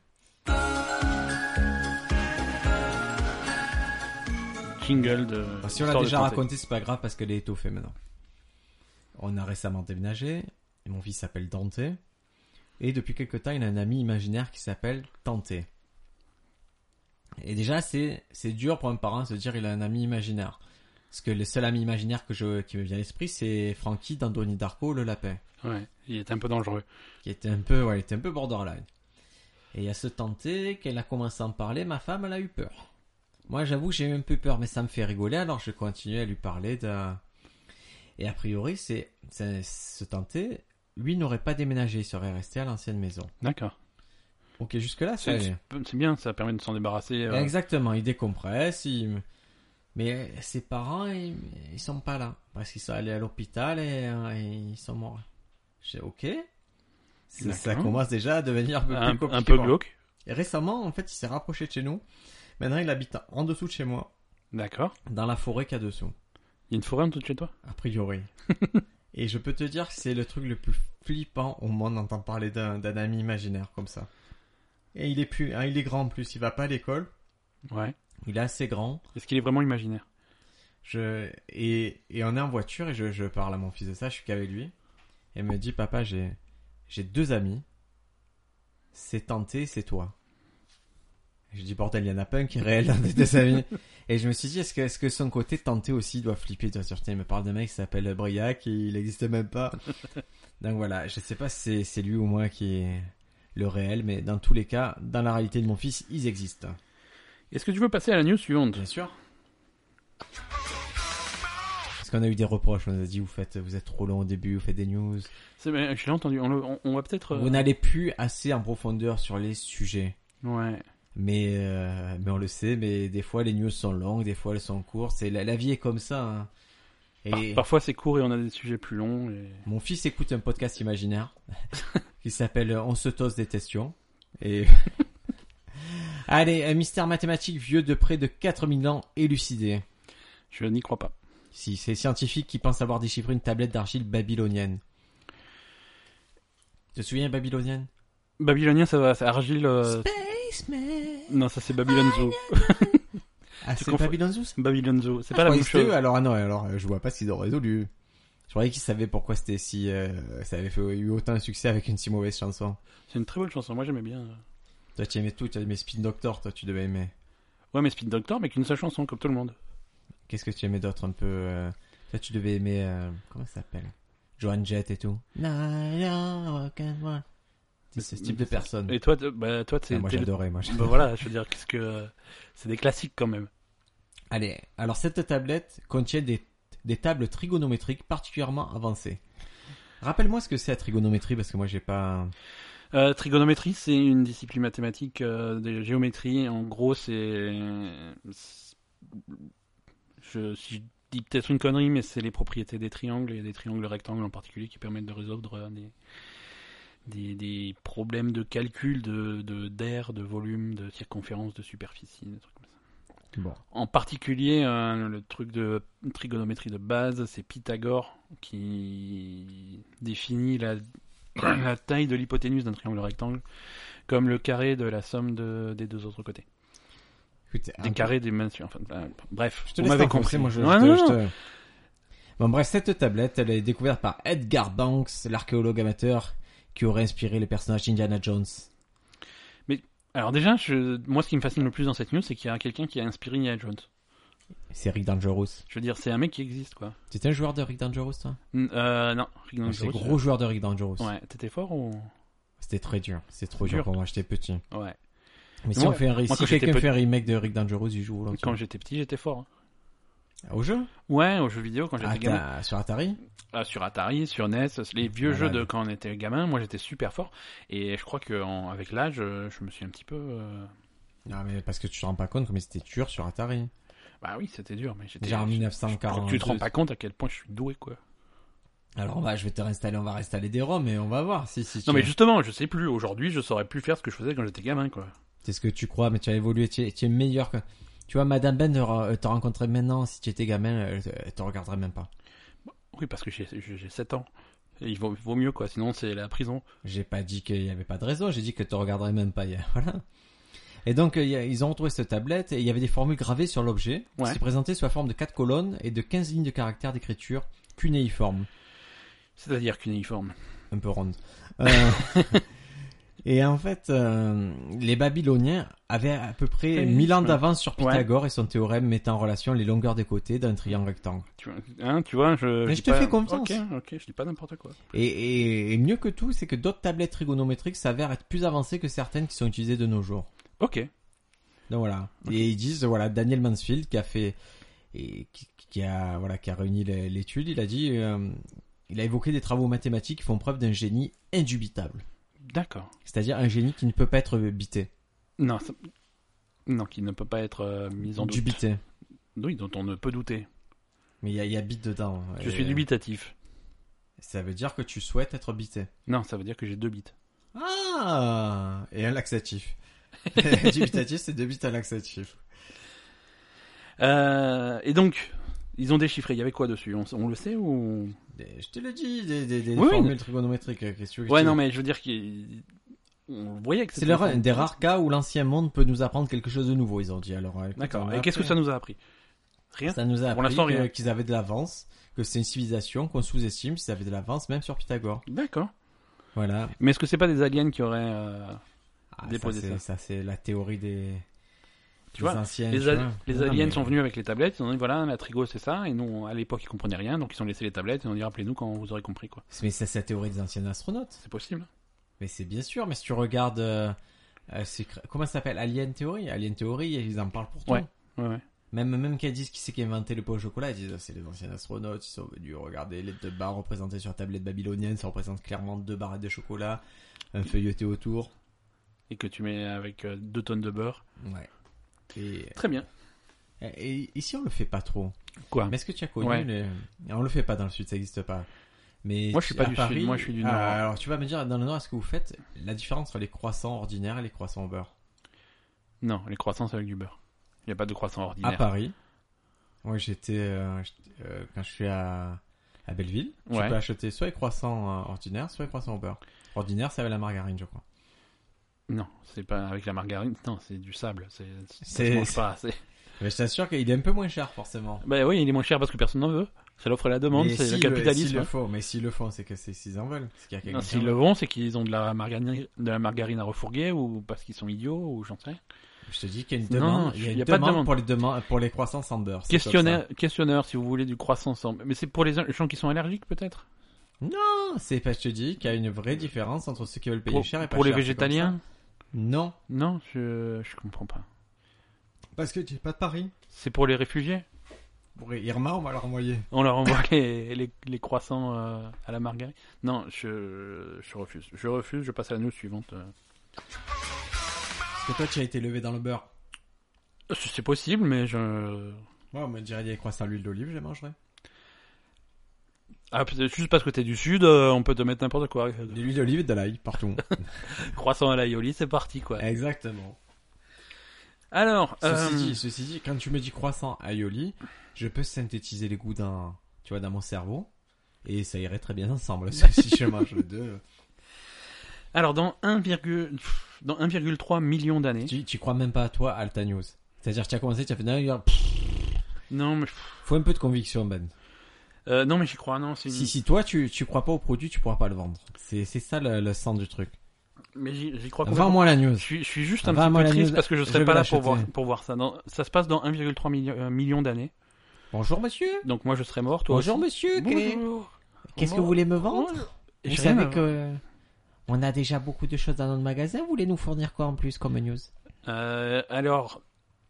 Jingle de. Enfin, Ah, si on l'a Euh, Histoire de déjà Tenter. raconté, c'est pas grave parce qu'elle est étoffée maintenant. On a récemment déménagé, et mon fils s'appelle Dante, et depuis quelque temps, il a un ami imaginaire qui s'appelle Tante. Et déjà, c'est c'est dur pour un parent de se dire il a un ami imaginaire. Parce que le seul ami imaginaire que je, qui me vient à l'esprit, c'est Frankie dans Donnie Darko, le lapin Ouais, il est un peu dangereux. qui était un peu, ouais, elle était un peu borderline. Et à se tenter, qu'elle a commencé à en parler, ma femme, elle a eu peur. Moi, j'avoue, que j'ai eu un peu peur, mais ça me fait rigoler, alors je continue à lui parler de... Et a priori, c'est, c'est- se tenter, lui n'aurait pas déménagé, il serait resté à l'ancienne maison. D'accord. Ok, jusque-là, ça C'est allait. c'est bien, ça permet de s'en débarrasser. euh, Exactement, il décompresse, il- mais ses parents, ils, ils sont pas là, parce qu'ils sont allés à l'hôpital et, euh, et ils sont morts. J'ai ok. Ça, ça D'accord. commence déjà à devenir un peu un, plus compliqué. un peu pour- glauque. et récemment, en fait, il s'est rapproché de chez nous. Maintenant, il habite en dessous de chez moi, D'accord. dans la forêt qu'il y a dessous, Il y a une forêt en dessous de chez toi a (laughs) priori. Et je peux te dire que c'est le truc le plus flippant au monde d'entendre parler d'un d'un ami imaginaire comme ça. Et il est plus, hein, il est grand en plus, il va pas à l'école, Ouais. il est assez grand. Est-ce qu'il est vraiment imaginaire Je et, et on est en voiture et je, je parle à mon fils de ça, je suis qu'avec lui. Et il me dit papa, j'ai j'ai deux amis. C'est tenté, c'est toi. Je dis bordel, il y en a pas un qui est réel l'un des deux amis. Et je me suis dit est-ce que est-ce que son côté tenté aussi doit flipper doit sortir. Il me parle d'un mec qui s'appelle Briac, et il n'existe même pas. Donc voilà, je sais pas si c'est c'est lui ou moi qui est le réel, mais dans tous les cas, dans la réalité de mon fils, ils existent. Est-ce que tu veux passer à la news suivante Bien sûr. Parce qu'on a eu des reproches, on nous a dit vous faites, vous êtes trop long au début, vous faites des news, C'est- mais Je l'ai entendu, on, le- on- on va peut-être... euh, vous n'allez plus assez en profondeur sur les sujets. Ouais. Mais euh, mais on le sait, mais des fois les news sont longues, des fois elles sont courtes. Et la, la vie est comme ça. hein. Par- Et parfois c'est court et on a des sujets plus longs. et- mon fils écoute un podcast imaginaire qui s'appelle euh, On se tose des questions. Et allez, un mystère mathématique vieux de près de 4000 ans élucidé. Je n'y crois pas. Si, c'est scientifique qui pense avoir déchiffré une tablette d'argile babylonienne. Tu te souviens babylonienne Babylonien, ça va, c'est argile... euh, Spaceman Non, ça c'est Babylon Zoo. Ah, Tu c'est confonds- Babylon Zoo ça Babylon Zoo, c'est Ah, pas je la croyais même que c'était chose. eux, alors, ah non, alors euh, je vois pas s'ils ont résolu. Je croyais qu'ils savaient pourquoi c'était si. euh, ça avait fait, eu autant de succès avec une si mauvaise chanson. C'est une très bonne chanson, moi j'aimais bien. euh. Toi, tu aimais tout, tu aimais Spin Doctor, toi, tu devais aimer. Ouais, mais Speed Doctor, mais qu'une seule chanson, comme tout le monde. Qu'est-ce que tu aimais d'autre un peu euh, Toi, tu devais aimer. euh, comment ça s'appelle Joan Jett et tout. C'est ce type de personne. Et toi, t- bah, toi Ah, t'es... moi, t'es le- j'adorais, moi. Bah voilà, je veux dire, qu'est-ce que... C'est des classiques quand même. Allez, alors cette tablette contient des, des tables trigonométriques particulièrement avancées. Rappelle-moi ce que c'est la trigonométrie parce que moi j'ai pas. Euh, trigonométrie, c'est une discipline mathématique euh, de géométrie. En gros, c'est. c'est- Je, si je dis peut-être une connerie, mais c'est les propriétés des triangles et des triangles rectangles en particulier qui permettent de résoudre euh, des, des, des problèmes de calcul de de- d'air, de, volume, de circonférence, de superficie, des trucs comme ça. Bon. En particulier, euh, le truc de trigonométrie de base, c'est Pythagore qui définit la, la taille de l'hypoténuse d'un triangle rectangle comme le carré de la somme de- des deux autres côtés. Écoute, Des un- carrés des mains. Enfin, euh, bref, Je te vous laisse m'avez t'enfoncer, compris. Moi, je, Ouais, je te- non, je non. te- Bon, bref, cette tablette, elle est découverte par Edgar Banks, l'archéologue amateur qui aurait inspiré les personnages Indiana Jones. Alors déjà, je- moi, ce qui me fascine le plus dans cette news, c'est qu'il y a quelqu'un qui a inspiré Nia Jones. C'est Rick Dangerous. Je veux dire, c'est un mec qui existe, quoi. T'étais un joueur de Rick Dangerous, toi N- Euh, non, Rick Ah, C'est Dangerous, gros joueur de Rick Dangerous. euh, Ouais, t'étais fort ou C'était très dur. C'est trop Dur. dur pour moi, j'étais petit. Ouais. Mais si, Moi- on fait un... re- moi, si quand j'étais quelqu'un petit- fait un remake de Rick Dangerous, il joue au lendemain. Quand j'étais petit, j'étais fort. hein. Au jeu Ouais, aux jeux vidéo quand j'étais Ah, gamin. t'as- Sur Atari Ah, sur Atari, sur NES, les vieux Malade. jeux de quand on était gamin, moi j'étais super fort. Et je crois que en- avec l'âge, euh, je me suis un petit peu. euh, Non, mais parce que tu te rends pas compte comme c'était dur sur Atari. Bah oui, c'était dur, mais j'étais. Déjà en je crois que 1942. tu te rends pas compte à quel point je suis doué, quoi. Alors, bah, je vais te réinstaller, on va réinstaller des ROM et on va voir si, si. tu Non, mais veux. justement, je sais plus. Aujourd'hui, je saurais plus faire ce que je faisais quand j'étais gamin, quoi. C'est ce que tu crois, mais tu as évolué, tu es, tu es meilleur que. Tu vois, Madame Ben euh, te rencontrait maintenant, si tu étais gamin, elle te- elle te regarderait même pas. Oui, parce que j'ai- j'ai j'ai 7 ans. Et il vaut, vaut mieux, quoi. Sinon, c'est la prison. J'ai pas dit qu'il y avait pas de réseau, j'ai dit que tu regarderais même pas. il y a- (laughs) Voilà. Et donc, euh, il y a- ils ont retrouvé cette tablette et il y avait des formules gravées sur l'objet Ouais. qui se présentaient sous la forme de quatre colonnes et de 15 lignes de caractères d'écriture cunéiforme, C'est-à-dire uniforme. un peu ronde. (laughs) Euh, et en fait, euh, les Babyloniens avaient à peu près Ouais, 1000 ans ouais. d'avance sur Ouais. Pythagore et son théorème mettant en relation les longueurs des côtés d'un triangle rectangle. Tu vois, hein, tu vois, je. Mais dis je te pas- fais confiance. Ok, ok, je dis pas n'importe quoi. Et, et- et mieux que tout, c'est que d'autres tablettes trigonométriques s'avèrent être plus avancées que certaines qui sont utilisées de nos jours. Ok. Donc voilà. Et ils disent voilà Daniel Mansfield qui a fait et qui, qui a voilà qui a réuni les- l'étude, il a dit euh, il a évoqué des travaux mathématiques qui font preuve d'un génie indubitable, D'accord. c'est-à-dire un génie qui ne peut pas être bité, Non, ça- non, qui ne peut pas être euh, mis en doute. dubité. Oui, dont on ne peut douter. Mais il y a, il y a bite dedans. hein. Je Et suis dubitatif. Ça veut dire que tu souhaites être bité. Non, ça veut dire que j'ai deux bits. Ah et un (laughs) laxatif. (laughs) Dubitatif, c'est deux bites à laxatif. Euh, et donc, ils ont déchiffré. Il y avait quoi dessus on, on le sait ou Des- je te l'ai dit, des, des, des Oui, oui. formules trigonométriques. euh, qu'est-ce que tu veux Ouais, que non, tu- mais je veux dire qu'il. On le voyait que C'est c'était- l'un des rares cas où l'ancien monde peut nous apprendre quelque chose de nouveau, ils ont dit. Alors, euh, écoute, on D'accord. a Et qu'est-ce que appris- ça nous a appris Rien. Ça nous a appris Pour l'instant, que- rien. qu'ils avaient de l'avance, que c'est une civilisation qu'on sous-estime, qu'ils avaient de l'avance même sur Pythagore. D'accord. Voilà. Mais est-ce que c'est pas des aliens qui auraient euh, Ah, Déposer ça, c'est- ça. ça, c'est la théorie des, des Tu vois, anciens. les, tu al- vois. les Non, non, aliens mais- sont venus avec les tablettes, ils ont dit voilà, la trigo c'est ça, et nous à l'époque ils comprenaient rien, donc ils ont laissé les tablettes et on dit rappelez-nous quand vous aurez compris quoi. Mais ça, c'est la théorie des anciens astronautes. C'est possible. Mais c'est bien sûr, mais si tu regardes. euh, euh, c'est cr- comment ça s'appelle Alien Theory. Alien Theory, ils en parlent pourtant. Ouais, ouais. Même, même qu'ils disent qui c'est qui a inventé le pot au chocolat, ils disent oh, c'est les anciens astronautes, ils sont venus regarder les deux barres représentées sur la tablette babylonienne, ça représente clairement deux barrettes de chocolat, un feuilleté autour. Et que tu mets avec euh, deux tonnes de beurre. Ouais. Et, Très bien. et ici on le fait pas trop. Quoi Mais est-ce que tu as connu Ouais. les... On le fait pas dans le sud, ça existe pas. Mais Moi, je suis pas à du Paris- sud, moi, je suis du Ah, nord. alors tu vas me dire dans le nord, est-ce que vous faites la différence entre les croissants ordinaires et les croissants au beurre Non, les croissants c'est avec du beurre. Il n'y a pas de croissant À ordinaire. Paris, moi j'étais euh, j'étais, euh, quand je suis à, à Belleville, Ouais. tu peux acheter soit les croissants euh, ordinaires, soit les croissants au beurre. Ordinaire, ça avait la margarine, je crois. Non, c'est pas avec la margarine. Non, c'est du sable. C'est. ça C'est- se mange pas. c'est- Mais je t'assure qu'il est un peu moins cher, forcément. Bah oui, il est moins cher parce que personne n'en veut. C'est l'offre et la demande. Mais C'est si le le- capitalisme. hein. s'ils le font, mais s'ils le font, c'est que c'est s'ils en veulent. C'est qu'il y a Non, quelqu'un. S'ils le vont, c'est qu'ils ont de la margarine, de la margarine à refourguer ou parce qu'ils sont idiots ou j'en sais. rien. Je te dis qu'il y a une Non, demande. non, il y a il une y a pas de demande, demande. pour les demandes pour les croissants sans beurre. c'est Questionnaire, questionnaire, si vous voulez du croissant sans. Mais c'est pour les gens qui sont allergiques peut-être. comme ça. Ah, C'est pas je te dis qu'il y a une vraie différence entre ceux qui veulent payer Pour, cher et pas pour les cher, c'est comme végétaliens. ça. Non, Non, je je comprends pas. parce que tu n'es pas de Paris. C'est pour les réfugiés. Pour Irma, on va leur envoyer. On leur envoie les, les, les croissants euh, à la marguerite. Non, je, je refuse. Je refuse, je passe à la news suivante. euh. Parce que toi, tu as été levé dans le beurre. C'est possible, mais je. Moi, on me dirait des croissants à l'huile d'olive, je les mangerais. Ah, peut-être juste parce que t'es du sud, euh, on peut te mettre n'importe quoi. De l'huile d'olive et de l'ail, (laughs) partout. (laughs) Croissant à l'aioli, c'est parti quoi. Exactement. Alors, Ceci, euh, dit, ceci dit, quand tu me dis croissant aioli, je peux synthétiser les goûts dans, tu vois, dans mon cerveau. Et ça irait très bien ensemble, (laughs) si je mange les (laughs) deux. alors dans 1,3 dans 1,3 million d'années. Tu, tu crois même pas à toi, Alta News. C'est-à-dire, tu as commencé, tu as fait, non, regarde, Non, mais faut un peu de conviction, Ben. euh, non mais j'y crois. Non, c'est. une- Si, si toi tu, tu crois pas au produit, tu pourras pas le vendre. C'est c'est ça le, le sens du truc. Mais j'y j'y crois. complètement. Vends-moi la news. Je suis, je suis juste un Va, petit moi, peu la triste news, parce que je je serai vais pas là pour voir, l'acheter. pour voir ça. Dans- ça se passe dans 1,3 milli- euh, million d'années. Bonjour monsieur. Donc moi je serai mort, toi Bonjour aussi. monsieur. Qu'est- Bonjour. Qu'est-ce que vous voulez me vendre Et Vous j'ai rien savez à- que on a déjà beaucoup de choses dans notre magasin. Vous voulez nous fournir quoi en plus comme news Euh, alors,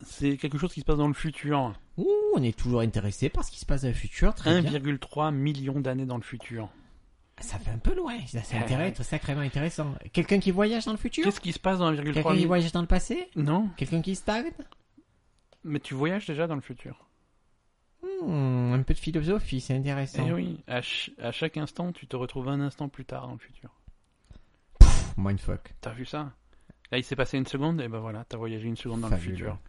c'est quelque chose qui se passe dans le futur. Ouh, on est toujours intéressé par ce qui se passe dans le futur. Très bien. 1,3 million d'années dans le futur. Ça fait un peu loin. Ça, ça Ouais. intéresse, être sacrément intéressant. Quelqu'un qui voyage dans le futur Qu'est-ce qui se passe dans 1,3 Quelqu'un qui million voyage dans le passé Non, Quelqu'un qui stagne mais tu voyages déjà dans le futur. Hmm, Un peu de philosophie, c'est Eh intéressant. oui, à, ch- à chaque instant, tu te retrouves un instant plus tard dans le futur. Pff, Mindfuck. T'as vu ça Là, il s'est passé une seconde, et ben voilà, t'as voyagé une seconde dans Fabuleux. le futur.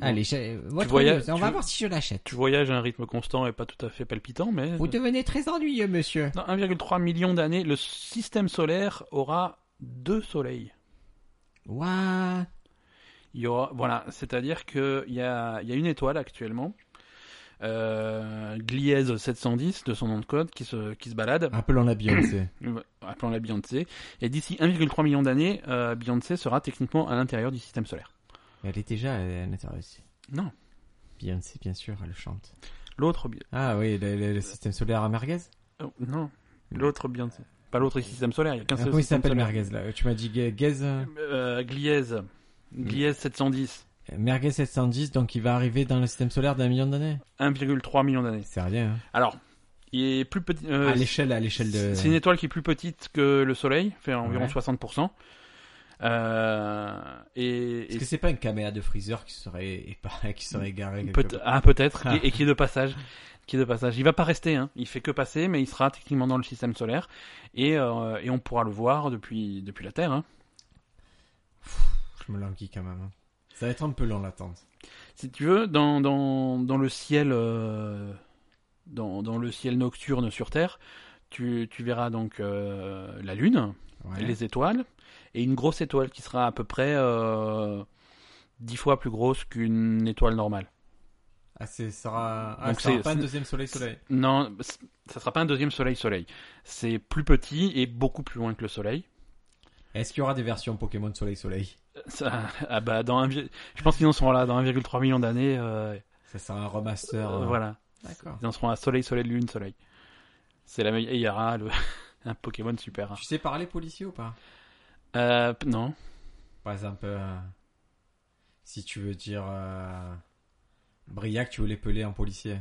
Allez, j'ai- euh, votre voyages- news, on tu- va voir si je l'achète. Tu voyages à un rythme constant et pas tout à fait palpitant, mais... Vous devenez très ennuyeux, monsieur. Dans 1,3 million d'années, le système solaire aura deux soleils. Ouah. Il y aura, voilà, c'est-à-dire qu'il y a, il y a une étoile actuellement, euh, Gliese 710 de son nom de code, qui se, qui se balade, Appelons la Beyoncé. appelons-la Beyoncé, et d'ici 1,3 million d'années, euh, Beyoncé sera techniquement à l'intérieur du système solaire. (coughs) elle est déjà à l'intérieur ici. Non, Beyoncé, bien sûr, elle chante. l'autre, Bi- Ah oui, le, le- le système solaire à Merguez oh, non, l'autre Beyoncé, pas l'autre système solaire, il y a qu'un Ah, seul Comment il système s'appelle solaire. Merguez là Tu m'as dit Ga- Gaze euh, Euh, Gliese, Mm. Gliese 710, Merguez 710, donc il va arriver dans le système solaire d'un million d'années 1,3 million d'années. C'est rien. hein. Alors, il est plus petit. euh, à l'échelle, à l'échelle de. C'est une étoile qui est plus petite que le Soleil, fait environ Ouais. 60%. Euh, et, Est-ce que et- c'est pas un caméra de Freezer qui serait, et pas- (laughs) qui serait garé quelque peut- part ah, peut-être, Ah. et, et qui est de passage. Qui est de passage. Il va pas rester, hein. il fait que passer, mais il sera techniquement dans le système solaire et, euh, et on pourra le voir depuis, depuis la Terre. hein. Ah. Je me languis quand même. hein. Ça va être un peu long l'attente. Si tu veux, dans, dans, dans le ciel, euh, dans, dans le ciel nocturne sur Terre, tu, tu verras donc euh, la Lune, Ouais. les étoiles, et une grosse étoile qui sera à peu près euh, 10 fois plus grosse qu'une étoile normale. Ah, c'est sera. Ah, Donc ça sera c'est- pas un c'est- deuxième soleil soleil. Non, c- ça sera pas un deuxième soleil-soleil. C'est plus petit et beaucoup plus loin que le soleil. Est-ce qu'il y aura des versions Pokémon soleil soleil Ça- ah bah, dans un vi- je pense qu'ils en seront là dans 1,3 million d'années. euh, Ça sera un remaster. euh, euh, Voilà. D'accord. Ils en seront à soleil, soleil, lune, soleil. C'est la meilleure. et Il y aura le- (laughs) un Pokémon super. rare. Tu sais parler policier ou pas Euh, p- non. Par exemple, euh, si tu veux dire euh, Briac, tu veux l'épeler en policier.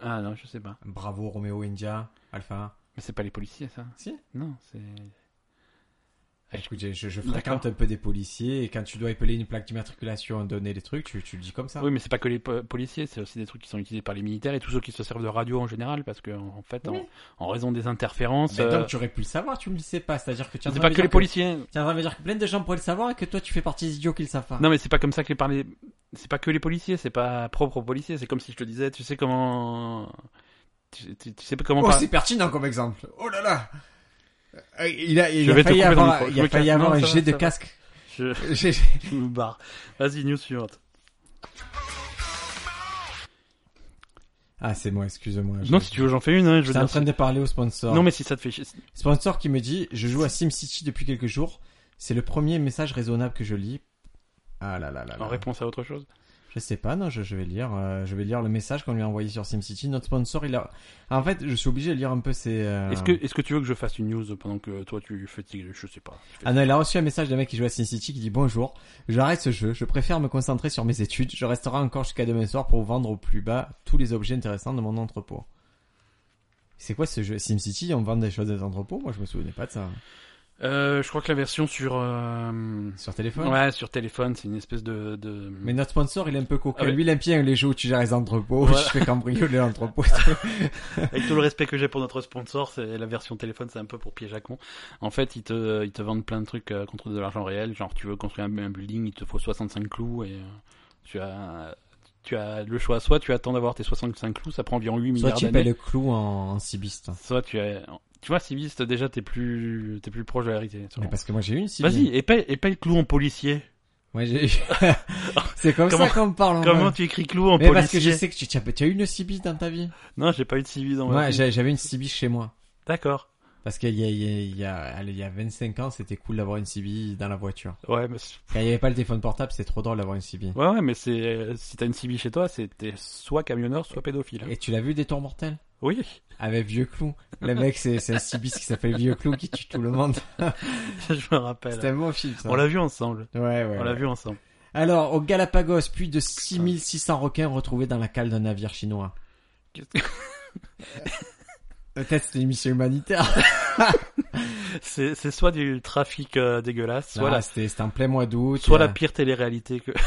Ah non, je sais pas. Bravo Romeo India, Alpha. Mais c'est pas les policiers, ça. Si. Non, c'est. Ah, je- Écoute, je, je- je D'accord. fréquente un peu des policiers et quand tu dois épeler une plaque d'immatriculation, donner des trucs, tu, tu le dis comme ça. Oui, mais c'est pas que les po- policiers, c'est aussi des trucs qui sont utilisés par les militaires et tous ceux qui se servent de radio en général, parce que en en fait, en- Oui. en, raison des interférences, Mais euh, donc tu aurais pu le savoir, tu ne le sais pas. C'est-à-dire que tu es en c'est train pas de que me les dire policiers. que- tu es en train de me dire que plein de gens pourraient le savoir et que toi tu fais partie des idiots qui le savent pas. Non, mais c'est pas comme ça que les parlais. C'est pas que les policiers, c'est pas propre aux policiers. C'est comme si je te disais, tu sais comment, tu, tu- tu sais pas comment. Oh, par- c'est pertinent comme exemple. Oh là là. Euh, Il a, il Je a vais te failli couper dans le avoir, micro. il Je a me failli casse. avoir Non, un ça va, jet de ça va. casque. (laughs) Je, (laughs) J'ai- je me barre. Vas-y, news suivante. Ah, c'est moi, excuse-moi. Non, si tu veux, j'en fais une. hein, je veux J'étais en dire, train de parler au sponsor. Non, mais si ça te fait chier. Sponsor qui me dit Je joue à SimCity depuis quelques jours. C'est le premier message raisonnable que je lis. Ah là là là. là. En réponse à autre chose. Je sais pas, non, je, je vais lire, euh, je vais lire le message qu'on lui a envoyé sur SimCity. Notre sponsor, il a. En fait, je suis obligé de lire un peu ses. euh, Est-ce que, est-ce que tu veux que je fasse une news pendant que toi tu fatigues Je sais pas. Ah non, il a reçu un message d'un mec qui joue à SimCity qui dit bonjour. J'arrête ce jeu. Je préfère me concentrer sur mes études. Je resterai encore jusqu'à demain soir pour vendre au plus bas tous les objets intéressants de mon entrepôt. C'est quoi ce jeu SimCity On vend des choses des entrepôts Moi, je me souvenais pas de ça. Euh, je crois que la version sur. euh, Sur téléphone. Ouais, sur téléphone, c'est une espèce de. de... Mais notre sponsor, il est un peu coquin. Ah ouais. Lui, il aime bien les jeux où tu gères les entrepôts, où (laughs) Voilà. tu fais cambrioler (laughs) l'entrepôt. Avec tout le respect que j'ai pour notre sponsor, c'est la version téléphone, c'est un peu pour piège à con. En fait, ils te, ils te vendent plein de trucs euh, contre de l'argent réel. Genre, tu veux construire un, un building, il te faut 65 clous et euh, tu as, tu as le choix. Soit tu attends d'avoir tes 65 clous, ça prend environ 8 Soit milliards tu d'années. paies le clou en, en cibiste. Soit tu as, tu vois, civiliste, déjà, t'es plus, t'es plus proche de la vérité. sûrement. Mais parce que moi, j'ai eu une cibiste. Vas-y, et paye, et paye clou en policier. Moi, j'ai (laughs) C'est comme Comment- ça qu'on me parle. en Comment vrai. tu écris clou en Ah Mais parce que policier je sais que tu, tu as, tu as eu une cibiste dans ta vie. Non, j'ai pas eu de civiliste dans Moi, ma vie. j'ai- j'avais une cibiste chez moi. D'accord. Parce qu'il y a, il y, a, il y, a, allez, il y a 25 ans, c'était cool d'avoir une CB dans la voiture. Ouais, mais c'est- Quand il n'y avait pas le téléphone portable, c'était trop drôle d'avoir une CB. ouais, ouais, mais c'est, euh, si t'as une civile chez toi, c'est, t'es soit camionneur, soit pédophile. hein. Et tu l'as vu des tours mortels Oui. (laughs) Avec Vieux Clou. Le mec, c'est c'est un cibiste qui s'appelle Vieux Clou qui tue tout le (laughs) monde. je me rappelle. C'était un bon film, ça. On l'a vu ensemble. Ouais, ouais. On l'a ouais. vu ensemble. Alors, au Galapagos, plus de 6600 requins retrouvés dans la cale d'un navire chinois. Qu'est-ce que- (laughs) Peut-être c'est une mission humanitaire. C'est c'est soit du trafic euh, dégueulasse, (laughs) soit, Voilà, la, Ah, c'était c'était en plein mois d'août. soit Euh, la pire télé-réalité que. (laughs)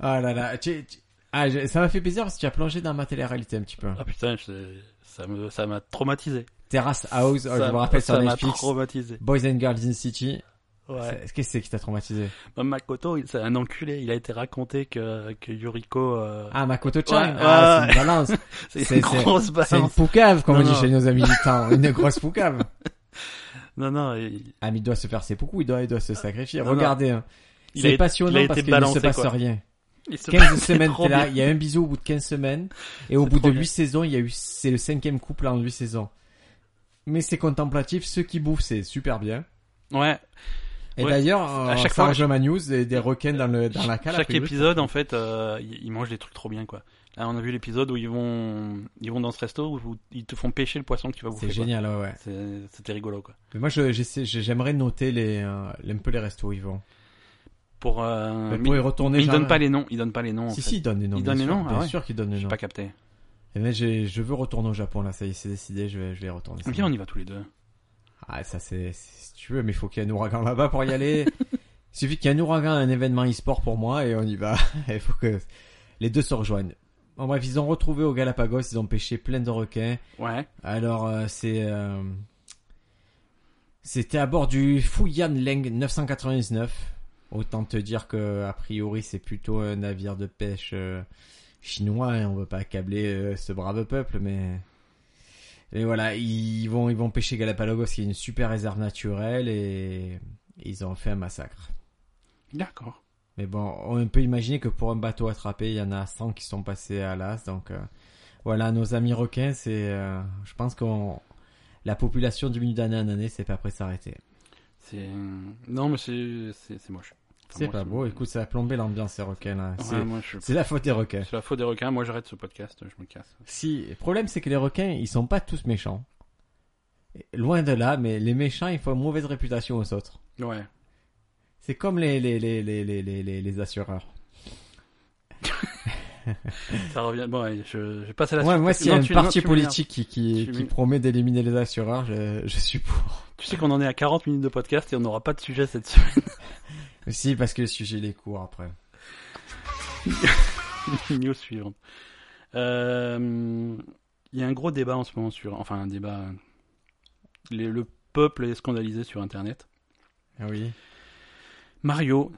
Ah là là. Tu- tu- Ah, je- ça m'a fait plaisir parce que tu as plongé dans ma télé-réalité un petit peu. Ah putain, je- ça me, ça m'a traumatisé. Terrace House, oh, ça je me rappelle sur ça m'a Netflix. traumatisé. Boys and Girls in City. Ouais. C'est- Qu'est-ce que c'est qui t'a traumatisé Même Makoto, il- c'est un enculé. Il a été raconté que, que Yuriko, euh, Ah, Makoto Chan Ouais, ah, ouais, C'est une (laughs) balance c'est c'est- une grosse C'est une balance. poucave, comme Non, on dit non. chez nos amis (laughs) gitans. Une grosse poucave Non, non, il, Ah, mais il doit se faire ses poucous, il doit, il doit se sacrifier. Ah. Non, Regardez, hein. c'est Il a été- il a passionnant été parce qu'il ne balancé, se passe quoi. (laughs) rien. il se 15 passait semaines, trop t'es là, bien. il y a un bisou au bout de 15 semaines, et au C'est bout de trop 8 bien. saisons, il y a eu, c'est le cinquième couple en 8 saisons. Mais c'est contemplatif, ceux qui bouffent, c'est super bien. Ouais, Et Ouais. d'ailleurs, À à chaque chaque fois, fois, ma news, des, des requins dans, le, dans la cale. chaque après, épisode, en fait, euh, ils ils mangent des trucs trop bien, quoi. Là, on a vu l'épisode où ils vont, ils vont dans ce resto où vous- ils te font pêcher le poisson que tu vas bouffer. C'est quoi. génial, ouais, ouais. C'est- C'était rigolo, quoi. Mais moi, je- j'essaie- je- j'aimerais noter les, euh, un peu les restos où ils vont. Pour, euh, Mais mais- Ben, pour y retourner, mais ils genre- euh, donnent pas les noms, ils donnent pas les noms. en Si, fait. si, ils donnent les noms. Ils bien donnent les sûr. noms, ah Bien ouais. sûr qu'ils donnent les J'ai noms. pas capté. Et là, j'ai- je veux retourner au Japon, là, ça y est, c'est décidé, je vais, je vais y retourner. c'est Viens, bon. on y va tous les deux. Ah, ça, c'est, c'est- si tu veux, mais il faut qu'il y ait un ouragan là-bas pour y aller. il suffit qu'il y ait un ouragan, un événement e-sport pour moi, et on y va. (laughs) Il faut que les deux se rejoignent. En bref, ils ont retrouvé au Galapagos, ils ont pêché plein de requins. Ouais. Alors, euh, c'est... euh, C'était à bord du Fuyan Leng 999. Autant te dire que, a priori, c'est plutôt un navire de pêche euh, chinois et on veut pas accabler euh, ce brave peuple, mais... Et voilà, ils vont, ils vont pêcher Galapagos, qui est une super réserve naturelle, et ils ont fait un massacre. D'accord. Mais bon, on peut imaginer que pour un bateau attrapé, il y en a 100 qui sont passés à l'as. Donc euh, voilà, nos amis requins, c'est, euh, je pense qu'on, la population diminue d'année en année, c'est pas prêt de s'arrêter. C'est, non, mais c'est, c'est c'est moche. Enfin, C'est moi, pas je- beau. Écoute, ça a plombé l'ambiance ces requins là. Ouais, C'est, moi, je- c'est la faute des requins. C'est la faute des requins. Moi, j'arrête ce podcast. Je me casse. Si, le problème c'est que les requins, ils sont pas tous méchants. Et Loin de là, mais les méchants, ils font une mauvaise réputation aux autres. Ouais. C'est comme les les les les les les, les- les assureurs. Ça revient. Bon, allez, je, je passe à la Ouais, suite. moi, parce que- s'il y a non, un tu- non, parti tu m'énerves. politique qui qui, Tu qui m'énerves. promet d'éliminer les assureurs, je, je suis pour. Tu sais qu'on en est à 40 minutes de podcast et on n'aura pas de sujet cette semaine. Si, parce que le sujet les cours après. (laughs) News suivante. Euh, Il y a un gros débat en ce moment sur. Enfin, un débat. euh, les- le peuple est scandalisé sur Internet. Ah oui. Mario.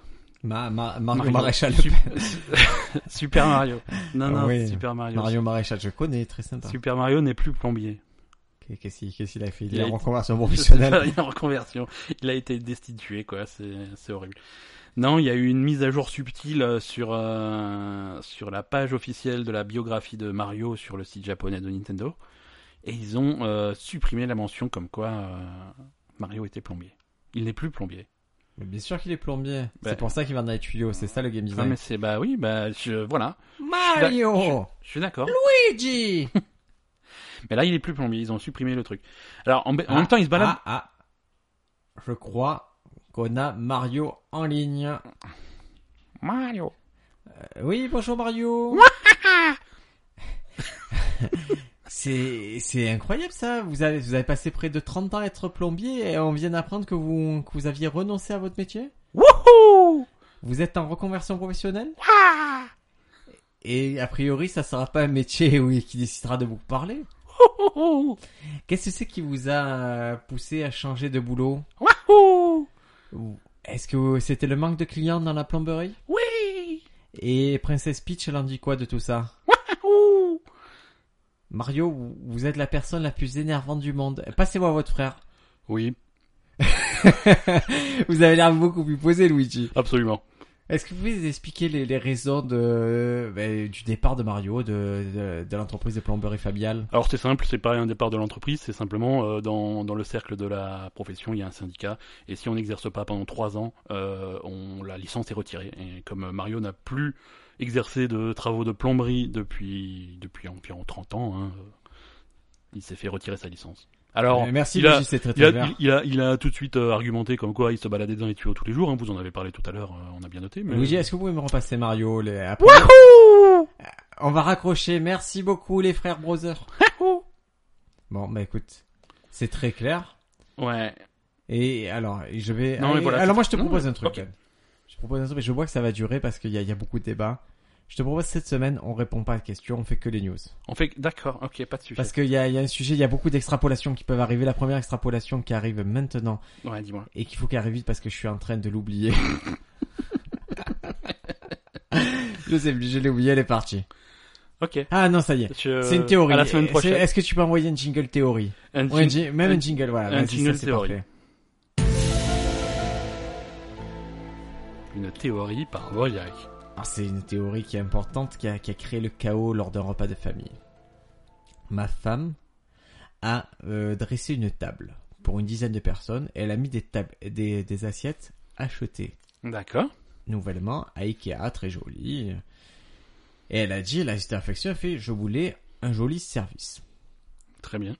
Ma, ma, Mario, Maréchal. Sup- (laughs) Super Mario. Non, non, Oui. Super Mario. Mario Maréchal, je connais, très sympa. Super Mario n'est plus plombier. Qu'est- Qu'est-ce qu'il qu'est-ce qu'il a fait Il Il a est été- en conversion Je sais pas, professionnelle. (laughs) Il est en reconversion. Il a été destitué, quoi. C'est c'est horrible. Non, il y a eu une mise à jour subtile euh, sur, euh, sur la page officielle de la biographie de Mario sur le site japonais de Nintendo. Et ils ont euh, supprimé la mention comme quoi euh, Mario était plombier. Il n'est plus plombier. Mais bien sûr qu'il est plombier. Bah. C'est pour ça qu'il va dans les tuyaux, c'est ça le game Ah, design. mais c'est bah oui, bah je, voilà, Mario je suis d'accord. Luigi Mais là, il est plus plombier, ils ont supprimé le truc. Alors en, en Ah, même temps, il se balade. Ah, ah. Je crois qu'on a Mario en ligne. Ah. Mario. Euh, oui, bonjour Mario (laughs) C'est c'est incroyable ça, vous avez, vous avez passé près de 30 ans à être plombier et on vient d'apprendre que vous, que vous aviez renoncé à votre métier Wouhou Vous êtes en reconversion professionnelle Ah Et a priori ça sera pas un métier (laughs) oui, qui décidera de vous parler. Wouhou Qu'est-ce que c'est qui vous a poussé à changer de boulot Wouhou Ou Est-ce que c'était le manque de clients dans la plomberie Oui Et Princesse Peach, elle en dit quoi de tout ça Wouhou Mario, vous- vous êtes la personne la plus énervante du monde. Passez-moi votre frère. Oui, vous avez l'air beaucoup plus posé, Luigi. absolument. Est-ce que vous pouvez nous expliquer les, les raisons de, ben, du départ de Mario, de, de, de l'entreprise de plomberie familiale Alors c'est simple, c'est pas un départ de l'entreprise, c'est simplement euh, dans, dans le cercle de la profession, il y a un syndicat, et si on n'exerce pas pendant trois ans, euh, on, la licence est retirée. Et comme euh, Mario n'a plus exercé de travaux de plomberie depuis, depuis environ 30 ans, hein, euh, il s'est fait retirer sa licence. Alors, Euh, Merci, il a- Luigi, c'est très il très a, vert. il, il a, il a tout de suite euh, argumenté comme quoi il se baladait dans les tuyaux tous les jours, hein, vous en avez parlé tout à l'heure, euh, on a bien noté. Mais... Luigi, est-ce que vous pouvez me repasser Mario les... après- On va raccrocher. Merci beaucoup, les frères Brothers. Bon, bah écoute, c'est très clair. Ouais, Et alors, je vais. Non, mais voilà, alors c'est- moi, je te non, propose mais- un truc. ok. Yann. Je te propose un truc, mais je vois que ça va durer parce qu'il y, a- il y a beaucoup de débats. Je te propose cette semaine, on répond pas à la question, on fait que les news. on fait... D'accord, ok, pas de sujet. Parce qu'il y a, il y a un sujet, il y a beaucoup d'extrapolations qui peuvent arriver. La première extrapolation qui arrive maintenant Ouais, dis-moi. et qu'il faut qu'elle arrive vite parce que je suis en train de l'oublier. (laughs) je sais plus, je l'ai oublié, elle est partie. Ok. Ah non, ça y est. Je- C'est une théorie. Euh, À la semaine C'est- prochaine. Est-ce que tu peux envoyer une jingle théorie Un Ouais, un jingle- jing- Même un- un jingle, voilà. un Vas-y, ça, jingle c'est théorie. parfait. Une théorie par Voyac. Alors, Ah, c'est une théorie qui est importante, qui a, qui a créé le chaos lors d'un repas de famille. Ma femme a euh, dressé une table pour une dizaine de personnes et elle a mis des, tables, des, des assiettes achetées D'accord. nouvellement à Ikea, très jolies. Et elle a dit, la a affection, elle fait, je voulais un joli service. Très bien.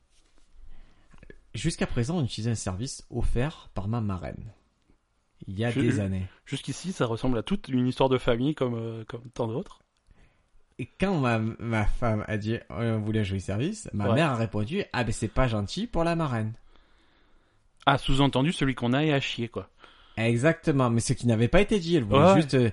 Jusqu'à présent, on utilisait un service offert par ma marraine. Il y a Je- des je- années. Jusqu'ici, ça ressemble à toute une histoire de famille comme, euh, comme tant d'autres. Et quand ma, ma femme a dit Oh, on voulait un joli service, ma Ouais. mère a répondu ah ben c'est pas gentil pour la marraine. Ah, sous-entendu, celui qu'on a est à chier, quoi. Exactement, mais ce qui n'avait pas été dit, elle voulait Ouais. juste. euh,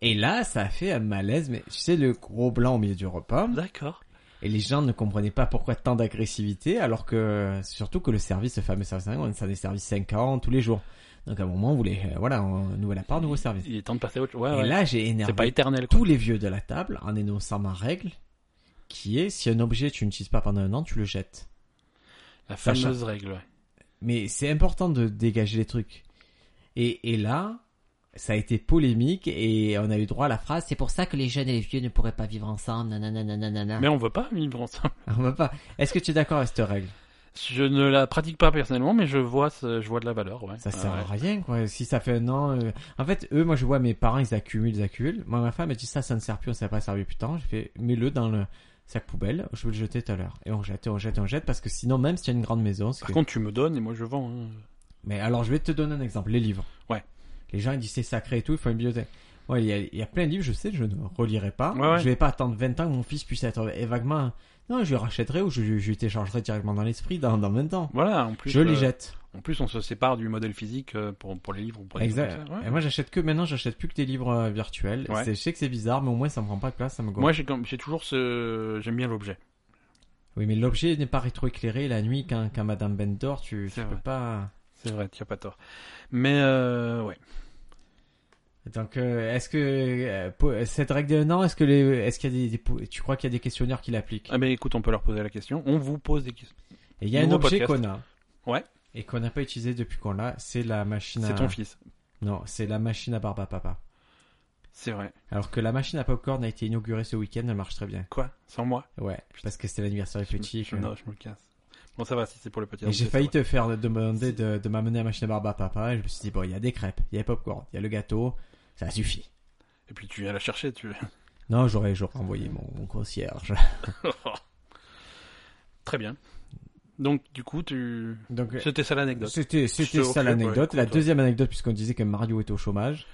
Et là, ça a fait un malaise, mais tu sais le gros blanc au milieu du repas, D'accord. et les gens ne comprenaient pas pourquoi tant d'agressivité, alors que surtout que le service, le fameux service 50, ça des services 5 ans tous les jours. Donc à un moment, on voulait euh, voilà, un nouvel appart, nouveau service. Il est temps de passer à autre chose. Ouais, Et Ah ouais. là, j'ai C'est énervé pas éternel, quoi. tous les vieux de la table en énonçant ma règle, qui est si un objet tu n'utilises pas pendant un an, tu le jettes. La Sacha. fameuse règle, ouais. Mais c'est important de dégager les trucs. Et, et là, ça a été polémique et on a eu droit à la phrase c'est pour ça que les jeunes et les vieux ne pourraient pas vivre ensemble, nanana, nanana. Mais on veut pas vivre ensemble. (laughs) On va pas. Est-ce que tu es d'accord avec cette règle Je ne la pratique pas personnellement, mais je vois, ce- je vois de la valeur, ouais. Ça Ah, sert ouais. à rien, quoi. Si ça fait un an. euh, En fait, eux, moi, je vois mes parents, ils accumulent, ils accumulent. Moi, ma femme, elle dit ça, ça ne sert plus, on ne s'est pas servi plus tard. Je fais mets-le dans le sac poubelle, je vais le jeter tout à l'heure. Et on jette, et on jette, et on jette, parce que sinon, même si tu as une grande maison, ce Par que- contre, tu me donnes et moi je vends. hein. Mais alors, je vais te donner un exemple, les livres. Ouais. Les gens, ils disent c'est sacré et tout, il faut une bibliothèque. Ouais, il y a, il y a plein de livres, je sais, je ne relirai pas. Ouais, ouais. Je vais pas attendre 20 ans que mon fils puisse être et vaguement. Non, je lui rachèterai ou je, lui- je lui téléchargerai directement dans l'esprit dans, dans 20 ans. Voilà, en plus. je les euh, jette. En plus, on se sépare du modèle physique euh, pour, pour les livres ou pour les Exact. trucs comme ça, ouais. Et moi, j'achète que maintenant, j'achète plus que des livres euh, virtuels. Ouais. C'est- Je sais que c'est bizarre, mais au moins, ça me prend pas de place, ça me gonfle. Moi, j'ai comme- j'ai toujours ce. J'aime bien l'objet. Oui, mais l'objet n'est pas rétroéclairé la nuit quand, quand Madame Bendor, tu, tu C'est peux vrai. pas. C'est vrai, tu as pas tort. Mais, euh, ouais. Donc, euh, est-ce que euh, pour- cette règle de non, est-ce que les, est-ce qu'il y a des, des pou- tu crois qu'il y a des questionnaires qui l'appliquent Ah, ben écoute, on peut leur poser la question. On vous pose des questions. Et il y a un Nouveau objet podcast. qu'on a. Ouais. Et qu'on n'a pas utilisé depuis qu'on l'a, c'est la machine à... C'est ton fils. Non, c'est la machine à barbe à papa. C'est vrai. Alors que la machine à popcorn a été inaugurée ce week-end, elle marche très bien. Quoi Sans moi Ouais, parce que c'était l'anniversaire du Je me- petit. Je, que- non, je me casse. Bon, ça va, si c'est pour le petit. Et j'ai ça failli va. te faire demander de, de m'amener à machine à barbe à papa. Et je me suis dit, bon, il y a des crêpes, il y a les popcorn, il y a le gâteau, ça suffit. Et puis tu viens la chercher, tu. (laughs) Non, j'aurais j'aurais envoyé mon, mon concierge. Très bien. Donc, du coup, tu. Donc, C'était ça l'anecdote. C'était, c'était te ça recule, l'anecdote. ouais, hein. la contre- deuxième anecdote, puisqu'on disait que Mario est au chômage,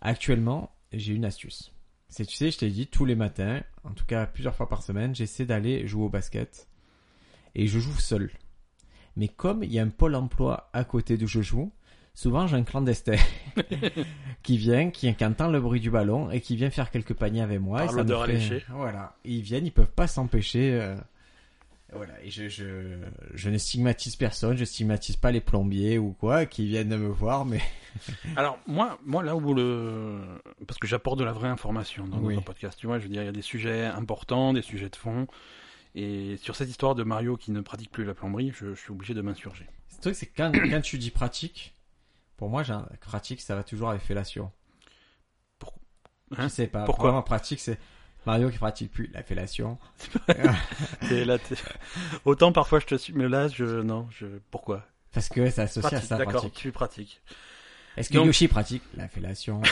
actuellement, j'ai une astuce. C'est, tu sais, je t'ai dit, tous les matins, en tout cas plusieurs fois par semaine, j'essaie d'aller jouer au basket. Et je joue seul. Mais comme il y a un pôle emploi à côté d'où je joue, souvent j'ai un clandestin qui vient, qui, qui entend le bruit du ballon et qui vient faire quelques paniers avec moi. Par et ça me l'odeur fait- alléchée. Voilà. Ils viennent, ils peuvent pas s'empêcher. euh, voilà, et je, je, je ne stigmatise personne, je stigmatise pas les plombiers ou quoi qui viennent me voir, mais (laughs) Alors, moi, moi, là où le. Parce que j'apporte de la vraie information dans Oui. notre podcast, tu vois, je veux dire, il y a des sujets importants, des sujets de fond. Et sur cette histoire de Mario qui ne pratique plus la plomberie, je, je suis obligé de m'insurger. le truc c'est que quand, quand tu dis pratique, pour moi, j'ai un- pratique, ça va toujours avec fellation. Pour- Je hein sais pas. Pourquoi pour moi, pratique, c'est Mario qui pratique plus la fellation. Et là, t'es- Autant parfois je te suis, mais là, je. Non, je. Pourquoi Parce que ça associe à Pratique, sa d'accord, pratique. tu pratiques. (laughs) Est-ce que Donc- Yoshi pratique la (laughs) fellation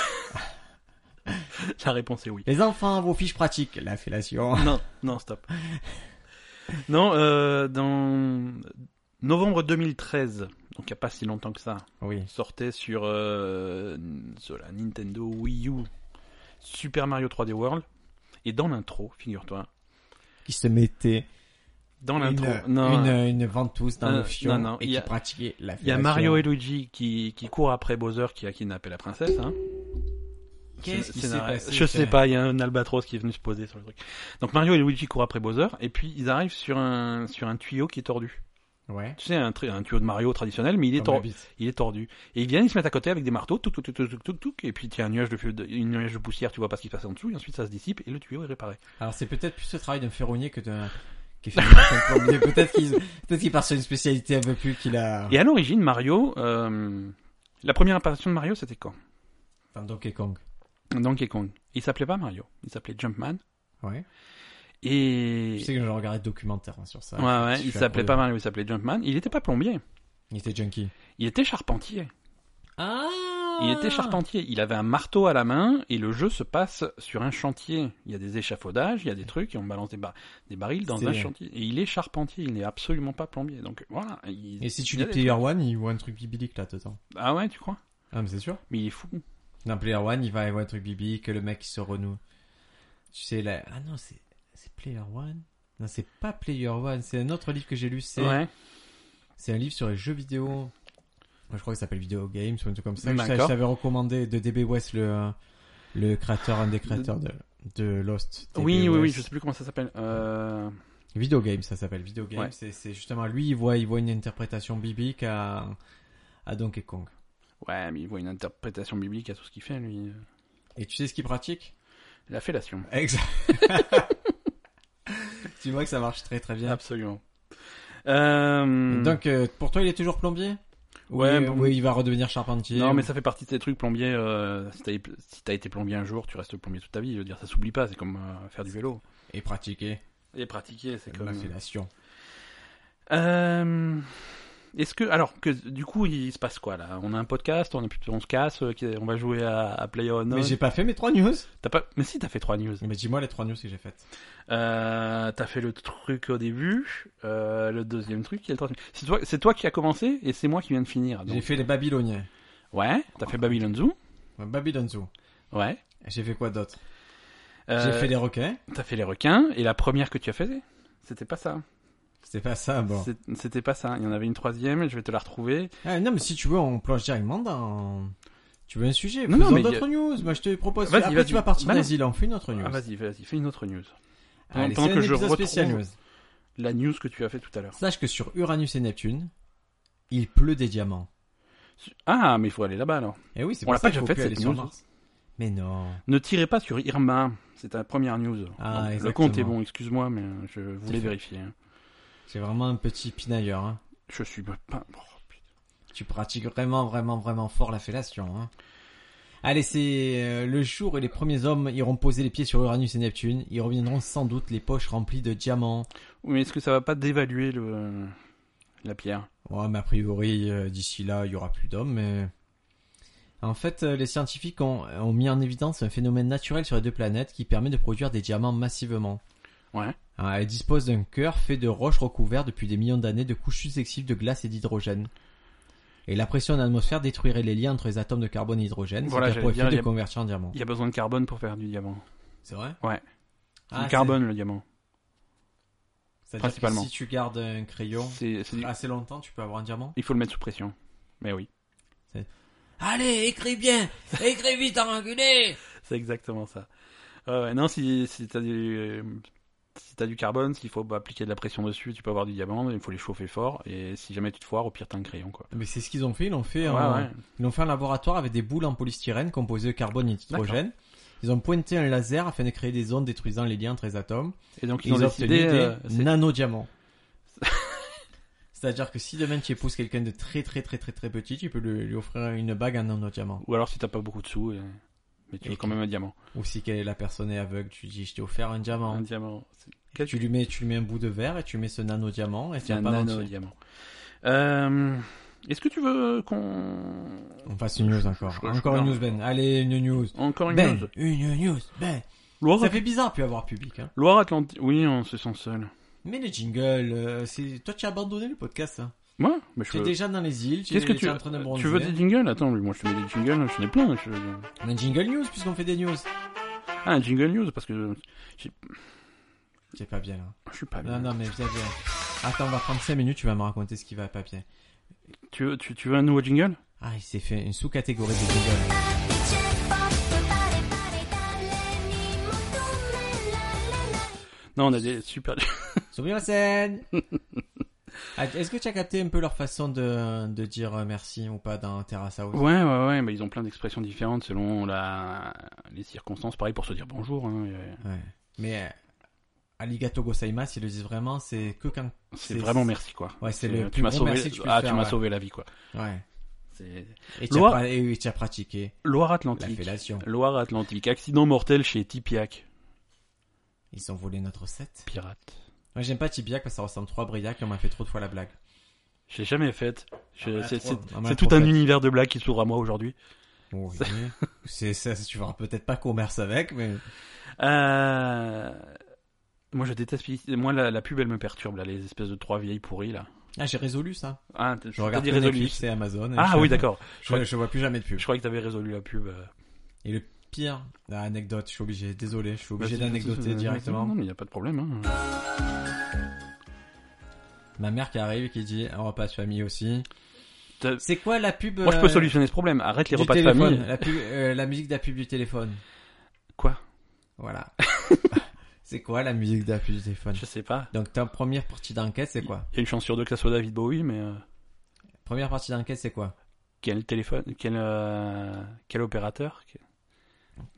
La réponse (laughs) est oui. Les enfants, vos fiches pratiquent la (laughs) fellation. Non, non, stop. Non, euh, dans novembre 2013, donc il n'y a pas si longtemps que ça, Oui. sortait sur, euh, sur la Nintendo Wii U Super Mario 3D World. Et dans l'intro, figure-toi, Qui se mettaient dans une, l'intro, une, non, une ventouse dans Euh, le fion non, non, et il y qui a- pratiquaient la il y fellation. a Mario et Luigi qui, qui courent après Bowser qui a kidnappé la princesse. Hein. Qu'est-ce C'est- qui c'est s'est narré. passé Je sais pas, il y a un albatros qui est venu se poser sur le truc. Donc Mario et Luigi courent après Bowser, et puis ils arrivent sur un, sur un tuyau qui est tordu. Ouais. Tu sais, un, tri- un tuyau de Mario traditionnel, mais il est, Comme la tordu. bite. il est tordu. Et ils viennent, ils se mettent à côté avec des marteaux, tout, tout, tout, tout, tout, tout, et puis tiens, un nuage de, feu- de- une nuage de poussière, tu vois pas ce qui se passe en dessous, et ensuite ça se dissipe, et le tuyau est réparé. Alors c'est peut-être plus le travail d'un ferronnier que d'un qui fait un plombier. Peut-être qu'il peut-être qu'il part sur une spécialité un peu plus qu'il a Et à l'origine, Mario, euh, la première apparition de Mario, c'était quand dans Donkey Kong. Dans Donkey Kong. Il s'appelait pas Mario, il s'appelait Jumpman. Ouais. Et. Je sais que j'ai regardé le documentaire hein, sur ça. Ouais, ouais, Je suis il s'appelait accro- pas Mario, il s'appelait Jumpman. Il était pas plombier, Il était junkie. il était charpentier. Ah. Il était charpentier, il avait un marteau à la main et le jeu se passe sur un chantier. Il y a des échafaudages, il y a des trucs et on balance des, bar- des barils dans C'est- un chantier. Et il est charpentier, il n'est absolument pas plombier. Donc voilà. il- Et si tu il lis a des Player One, il voit un truc biblique là dedans. trucs. Ah ouais, tu crois Ah mais c'est sûr. Mais il est fou. Dans Player One, il va y avoir un truc biblique, le mec qui se renoue. Tu sais là. Ah non, c'est c'est Player One. Non, c'est pas Player One. C'est un autre livre que j'ai lu. C'est Ouais. C'est un livre sur les jeux vidéo. Je crois qu'il s'appelle Video Games ou un truc comme ça. Je t'a- Mm, D'accord. je t'avais recommandé de DB West, le, le créateur, un des créateurs de, de Lost. DB Oui, oui, oui, West. je sais plus comment ça s'appelle. Euh, Video Games, ça s'appelle. Video Games, Ouais. c'est c'est justement lui, il voit, il voit une interprétation biblique à, à Donkey Kong. Ouais, mais il voit une interprétation biblique à tout ce qu'il fait, lui. Et tu sais ce qu'il pratique La fellation. Exact. (laughs) tu vois que ça marche très très bien. Absolument. Euh, Donc euh, pour toi, il est toujours plombier Ouais, Ou il- pour- ou il va redevenir charpentier. Non, ou- mais ça fait partie de ces trucs plombiers. euh, si t'as si t'as été plombier un jour, tu restes plombier toute ta vie. Je veux dire, ça s'oublie pas. C'est comme euh, faire du vélo. Et pratiquer Et pratiquer, c'est la comme. fellation. Euh, Est-ce que alors que du coup il se passe quoi là On a un podcast, on est plutôt, on se casse, euh, on va jouer à, à Play on. Mais j'ai pas fait mes trois news. T'as pas Mais si t'as fait trois news. Mais dis-moi les trois news que j'ai faites. Euh, t'as fait le truc au début, euh, le deuxième truc, et le troisième. C'est toi, c'est toi qui a commencé et c'est moi qui viens de finir. Ah, donc. J'ai fait les Babyloniens. Ouais. T'as fait Babylon Zoo. Ouais, Babylon Zoo. Ouais. J'ai fait quoi d'autre J'ai Euh, fait les requins. T'as fait les requins et la première que tu as faite, c'était pas ça. C'était pas ça, bon. C'est- C'était pas ça. Il y en avait une troisième. Je vais te la retrouver. Ah, non, mais si tu veux, on plonge directement dans... Tu veux un sujet Non, non, Faisons mais d'autres news. Moi, je te propose... Vas-y, Après, vas-y. tu vas partir Bah dans non. les îles. On fait une autre news. Ah, vas-y, vas-y, fais une autre news. Allez, Pendant c'est que un je épisode retrouve- spécial news. La news que tu as fait tout à l'heure. Sache que sur Uranus et Neptune, il pleut des diamants. Ah, mais il faut aller là-bas alors. Et oui, c'est On pour l'a ça pas qu'il déjà faut fait, plus aller cette sur news. Mars. Mais non. Ne tirez pas sur Irma. C'est ta première news. Ah, Donc, le exactement. compte est bon. Excuse-moi, mais euh, je C'est voulais fait. vérifier. hein. J'ai vraiment un petit pinailleur. hein. Je suis pas. oh, putain. Tu pratiques vraiment, vraiment, vraiment fort la fellation. Hein. Allez, c'est euh, le jour où les premiers hommes iront poser les pieds sur Uranus et Neptune. Ils reviendront sans doute les poches remplies de diamants. Oui, mais est-ce que ça va pas dévaluer le la pierre. Ouais, mais a priori, euh, d'ici là, il y aura plus d'hommes, mais... En fait, euh, les scientifiques ont, ont mis en évidence un phénomène naturel sur les deux planètes qui permet de produire des diamants massivement. Ouais. Ah, elle dispose d'un cœur fait de roches recouvertes depuis des millions d'années de couches successives de glace et d'hydrogène. Et la pression de l'atmosphère détruirait les liens entre les atomes de carbone et d'hydrogène, Voilà, ce qui a pour j'allais dire, effet de il y a- convertir en diamant. Il y a besoin de carbone pour faire du diamant. C'est vrai Ouais. C'est Ah, du carbone, le diamant. c'est- c'est-à-dire que principalement. Si tu gardes un crayon C'est, c'est du- assez longtemps, tu peux avoir un diamant Il faut le mettre sous pression. Mais oui. Allez, écris bien Écris vite, enculé C'est exactement ça. Euh, ouais, non, si, si t'as du, euh, si t'as du carbone, s'il faut bah, appliquer de la pression dessus, tu peux avoir du diamant, il faut les chauffer fort, et si jamais tu te foires, au pire t'as un crayon quoi. Mais c'est ce qu'ils ont fait, ils l'ont fait, Ouais, en... ouais. Ils l'ont fait en laboratoire avec des boules en polystyrène composées de carbone et d'hydrogène. Ils ont pointé un laser afin de créer des ondes détruisant les liens entre les atomes. Et donc ils, Ils ont ont décidé, obtenu euh, des c'est- nanodiamants. (laughs) C'est-à-dire que si demain tu épouses quelqu'un de très très très très très petit, tu peux lui, lui offrir une bague en nanodiamant. ou alors si t'as pas beaucoup de sous, euh, mais tu Et veux quand même un diamant. Ou si quelle est la personne est aveugle, tu dis je t'ai offert un Un diamant. diamant. c'est- Et Tu lui mets tu lui mets un bout de verre et tu mets ce nanodiamant et C'est ça un va pas nano mentir. diamant. Euh, Est-ce que tu veux qu'on On passe une news encore. Je- je- je- Encore une non. news Ben. Allez une news. encore une Ben news une news Ben. Loire, Ça fait bizarre plus avoir public. Hein. Loire Atlantique. Oui, on se sent seul. Mais les jingles, euh, c'est toi tu as abandonné le podcast. Hein. Moi, mais je Tu es veux- déjà dans les îles, tu es, Qu'est-ce que tu, en train de bronzer. tu veux des jingles Attends, lui, moi je te mets des jingles, j'en ai plein. je- Un jingle news puisqu'on fait des news. Ah, un jingle news parce que C'est pas bien là. je suis pas Non bien. non mais viens viens. Attends, on va prendre 5 minutes, tu vas me raconter ce qui va pas bien. Tu, veux- tu, tu veux un nouveau jingle Ah, il s'est fait une sous-catégorie de jingles. Non, on a des super. Sourire la scène. Ah, Est-ce que tu as capté un peu leur façon de, de dire euh, merci ou pas dans Terrace House (laughs) ouais, ouais, ouais, mais ils ont plein d'expressions différentes selon la... les circonstances. Pareil pour se dire bonjour. Hein, et- Ouais. Mais euh, Aligato gozaimasu, ils le disent vraiment, c'est que quand c'est C'est- vraiment merci quoi. Ouais, c'est le tu plus m'as gros sauvé. merci que tu peux ah, faire, tu m'as ouais. sauvé la vie quoi. ouais. C'est- Et tu as, Loi- pra- et tu as pratiqué Loire la Atlantique. fellation. Loire Atlantique. Accident mortel chez Tipiac. Ils ont volé notre set. Pirate. Moi j'aime pas Tibiac parce que ça ressemble trop à Briac et on m'a fait trop de fois la blague. J'ai jamais fait. Je- Ah, bah, c'est trop, c'est- ah, bah, c'est trop tout un fait. univers de blagues qui s'ouvre à moi aujourd'hui. Oui. c'est ça, tu feras peut-être pas commerce avec, mais Euh, Moi, je déteste. Moi, la, la pub, elle me perturbe, là, les espèces de trois vieilles pourries, là. ah j'ai résolu ça. Ah, t- Je t'as regarde dit que résolu. Netflix et Amazon. et Ah je- oui, d'accord. Je, je vois plus jamais de pub. Je croyais que t'avais résolu la pub. euh. Et le pire, la anecdote, je suis obligé, désolé, je suis Vas-y, obligé vas-y, vas-y, d'anecdoter vas-y. directement. Non, mais y a pas de problème. hein. Ma mère qui arrive qui dit un repas de famille aussi. T'as- C'est quoi la pub Moi, je peux euh, solutionner ce problème. Arrête les du repas de téléphone, famille. La, pub- euh, la musique de la pub du téléphone. Quoi Voilà. (laughs) c'est quoi la musique de la pub du téléphone Je sais pas. Donc ta première partie d'enquête, c'est quoi Il y a une chance sur deux que ça soit David Bowie, mais euh, Première partie d'enquête, c'est quoi quel téléphone, quel euh, quel opérateur, que-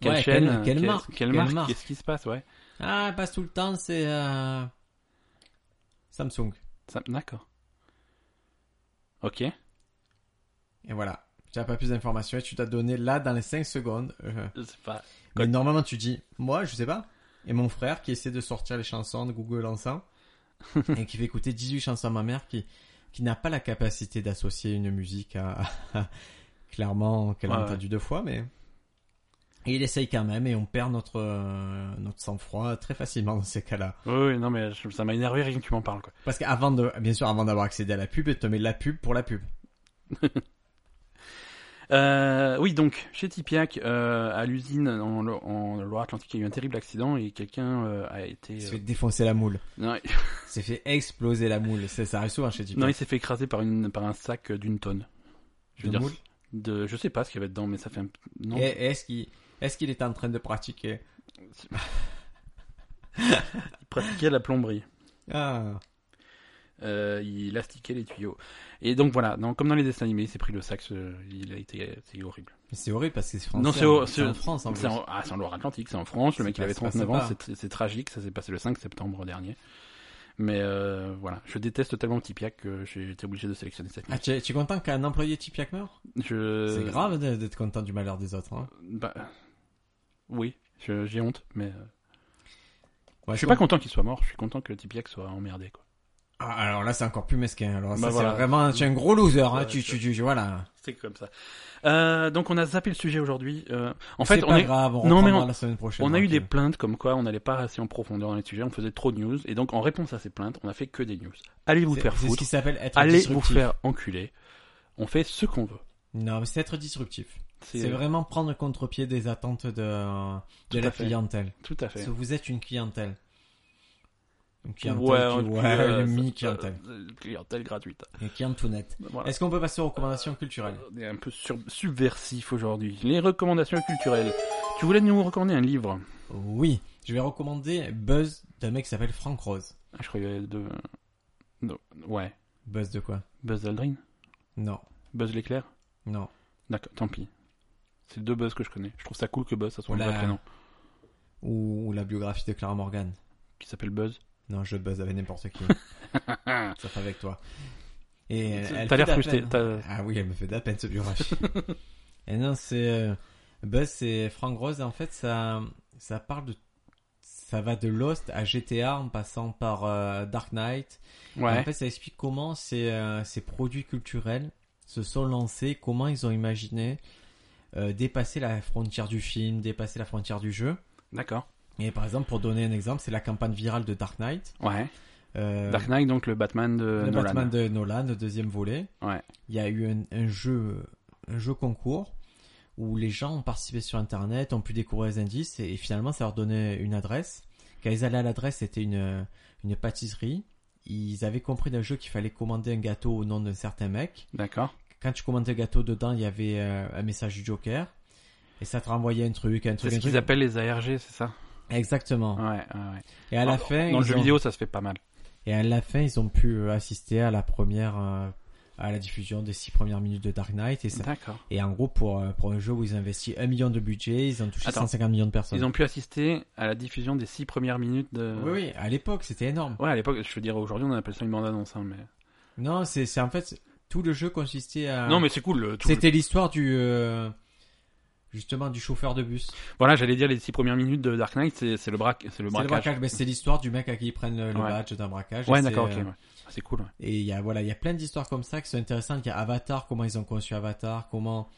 quelle Ouais, chaîne, quelle- euh, quelle quelle, marque, quelle quelle marque, marque. qu'est-ce qui se passe, ouais. Ah, elle passe tout le temps, c'est euh, Samsung. Ça- D'accord. Ok. Et voilà. Tu n'as pas plus d'informations et tu t'as donné là dans les 5 secondes. Euh, Je sais pas. mais normalement, tu dis, moi, je sais pas. Et mon frère qui essaie de sortir les chansons de Google Ensemble (laughs) et qui fait écouter 18 chansons à ma mère qui, qui n'a pas la capacité d'associer une musique à, à- clairement, qu'elle Ouais, a ouais. entendu deux fois, mais. Et il essaye quand même et on perd notre, euh, notre sang-froid très facilement dans ces cas-là. Oui, oui, non, mais je- ça m'a énervé rien que tu m'en parles, quoi. Parce qu'avant de, bien sûr, avant d'avoir accédé à la pub, elle te met la pub pour la pub. Euh, oui, donc, chez Tipiac, euh, à l'usine en, Lo- en Loire-Atlantique, il y a eu un terrible accident et quelqu'un euh, a été... Il s'est euh, fait défoncer la moule. (laughs) Non, il- C'est fait exploser la moule. Ça, ça arrive souvent chez Tipeee. non, il s'est fait écraser par, une, par un sac d'une tonne. Je veux De dire, moule de, je sais pas ce qu'il y avait dedans, mais ça fait un... Non, Et est-ce qu'il, est-ce qu'il est en train de pratiquer il pratiquait la plomberie. Ah. Euh, il astiquait les tuyaux. Et donc, voilà, dans- comme dans les dessins animés, il s'est pris le sac, ce- il a été... C'est horrible. Mais C'est horrible parce que c'est français. Non, c'est hein. au- en France, en C'est plus. en, ah, c'est en Loire-Atlantique, c'est en France. Le mec, C'est il avait pas- c'est 39 pas- ans, c'est tr- c'est tragique. Ça s'est passé le 5 septembre dernier. Mais euh, voilà, je déteste tellement Tipiac que j'ai été obligé de sélectionner cette Ah, tu, es- tu es content qu'un employé Tipeee meure Je... C'est grave de- d'être content du malheur des autres. Hein. Bah, oui, je- j'ai honte, mais euh, Ouais, je suis com- pas content qu'il soit mort. Je suis content que Tipiac soit emmerdé. Quoi. Ah, alors là, c'est encore plus mesquin. Alors Bah ça, voilà. c'est vraiment, tu es un gros loser. hein. Ouais, tu, c'est- tu, tu- voilà. C'est comme ça. Euh, donc on a zappé le sujet aujourd'hui. Euh, en C'est fait, on, pas est- grave, on non, mais reprendra on- la semaine prochaine. on a eu des tranquille. plaintes comme quoi on n'allait pas assez en profondeur dans les sujets, on faisait trop de news, et donc en réponse à ces plaintes, on a fait que des news. Allez vous C'est- faire C'est ce foutre, qui s'appelle être allez vous disruptif. faire enculer. On fait ce qu'on veut. Non, mais c'est être disruptif. C'est vraiment prendre contre-pied des attentes de, de à la fait. clientèle. Tout à fait. Parce que vous êtes une clientèle. Une clientèle, Ouais, qui- un- ouais, euh, une ça- mini-clientèle. euh, clientèle gratuite. Une clientounette. Voilà. Est-ce qu'on peut passer aux recommandations culturelles On est un peu sur- subversif aujourd'hui. Les recommandations culturelles. Tu voulais nous recommander un livre Oui. Je vais recommander Buzz d'un mec qui s'appelle Frank Rose. Ah, Je croyais de... de- Ouais. Buzz de quoi Buzz Aldrin Non. Buzz l'éclair Non. D'accord, tant pis. C'est deux Buzz que je connais. Je trouve ça cool que Buzz, ça soit un Oula. vrai prénom. Ou, ou la biographie de Clara Morgan. Qui s'appelle Buzz. Non, je buzz avec n'importe (laughs) qui. Ah, sauf avec toi. Et euh, elle- elle fait T'as l'air de la frustré. peine. t'as- Ah oui, elle me fait de la peine ce (laughs) biographie. et non, c'est euh, Buzz, c'est Frank Rose. Et en fait, ça, ça parle de, ça va de Lost à GTA en passant par euh, Dark Knight. Et En Ouais. fait, ça explique comment ces, euh, ces produits culturels se sont lancés, comment ils ont imaginé euh, dépasser la frontière du film, dépasser la frontière du jeu. D'accord. Et par exemple, pour donner un exemple, c'est la campagne virale de Dark Knight. Ouais. Euh, Dark Knight, donc le Batman de le euh, Nolan. Batman de Nolan, le deuxième volet. Ouais. Il y a eu un, un jeu, un jeu concours où les gens ont participé sur Internet, ont pu découvrir les indices et, et finalement ça leur donnait une adresse. Quand ils allaient à l'adresse, c'était une, une pâtisserie. Ils avaient compris d'un jeu qu'il fallait commander un gâteau au nom d'un certain mec. D'accord. Quand tu commandais le gâteau dedans, il y avait euh, un message du Joker. Et ça te renvoyait un truc, un C'est truc, ce un qu'ils truc. appellent les ARG, c'est ça Exactement. Ouais, ouais, ouais. Et à la Dans- fin, Dans le ils jeu ont- vidéo, ça se fait pas mal. Et à la fin, ils ont pu euh, assister à la première, euh, à la diffusion des six premières minutes de Dark Knight. Et, ça- D'accord. et en gros, pour, euh, pour un jeu où ils ont investi un million de budget, ils ont touché Attends. 150 millions de personnes. Ils ont euh, pu assister à la diffusion des six premières minutes de. Oui, oui, à l'époque, c'était énorme. Ouais, à l'époque, je veux dire, aujourd'hui, on appelle ça une bande-annonce, hein, mais. Non, c'est c'est en fait, tout le jeu consistait à... Non, mais c'est cool. le- tout le- Ah. C'était l'histoire du... euh, Justement, du chauffeur de bus. Voilà, j'allais dire les six premières minutes de Dark Knight, c'est c'est le, braque- c'est le C'est le braquage. braquage, mais c'est l'histoire du mec à qui ils prennent le, le Ouais. badge d'un braquage. Ouais, et d'accord, ok. c'est, euh, ouais. Ah, C'est cool, ouais. Et il y a voilà, il y a plein d'histoires comme ça qui sont intéressantes. Il y a Avatar, comment ils ont conçu Avatar, comment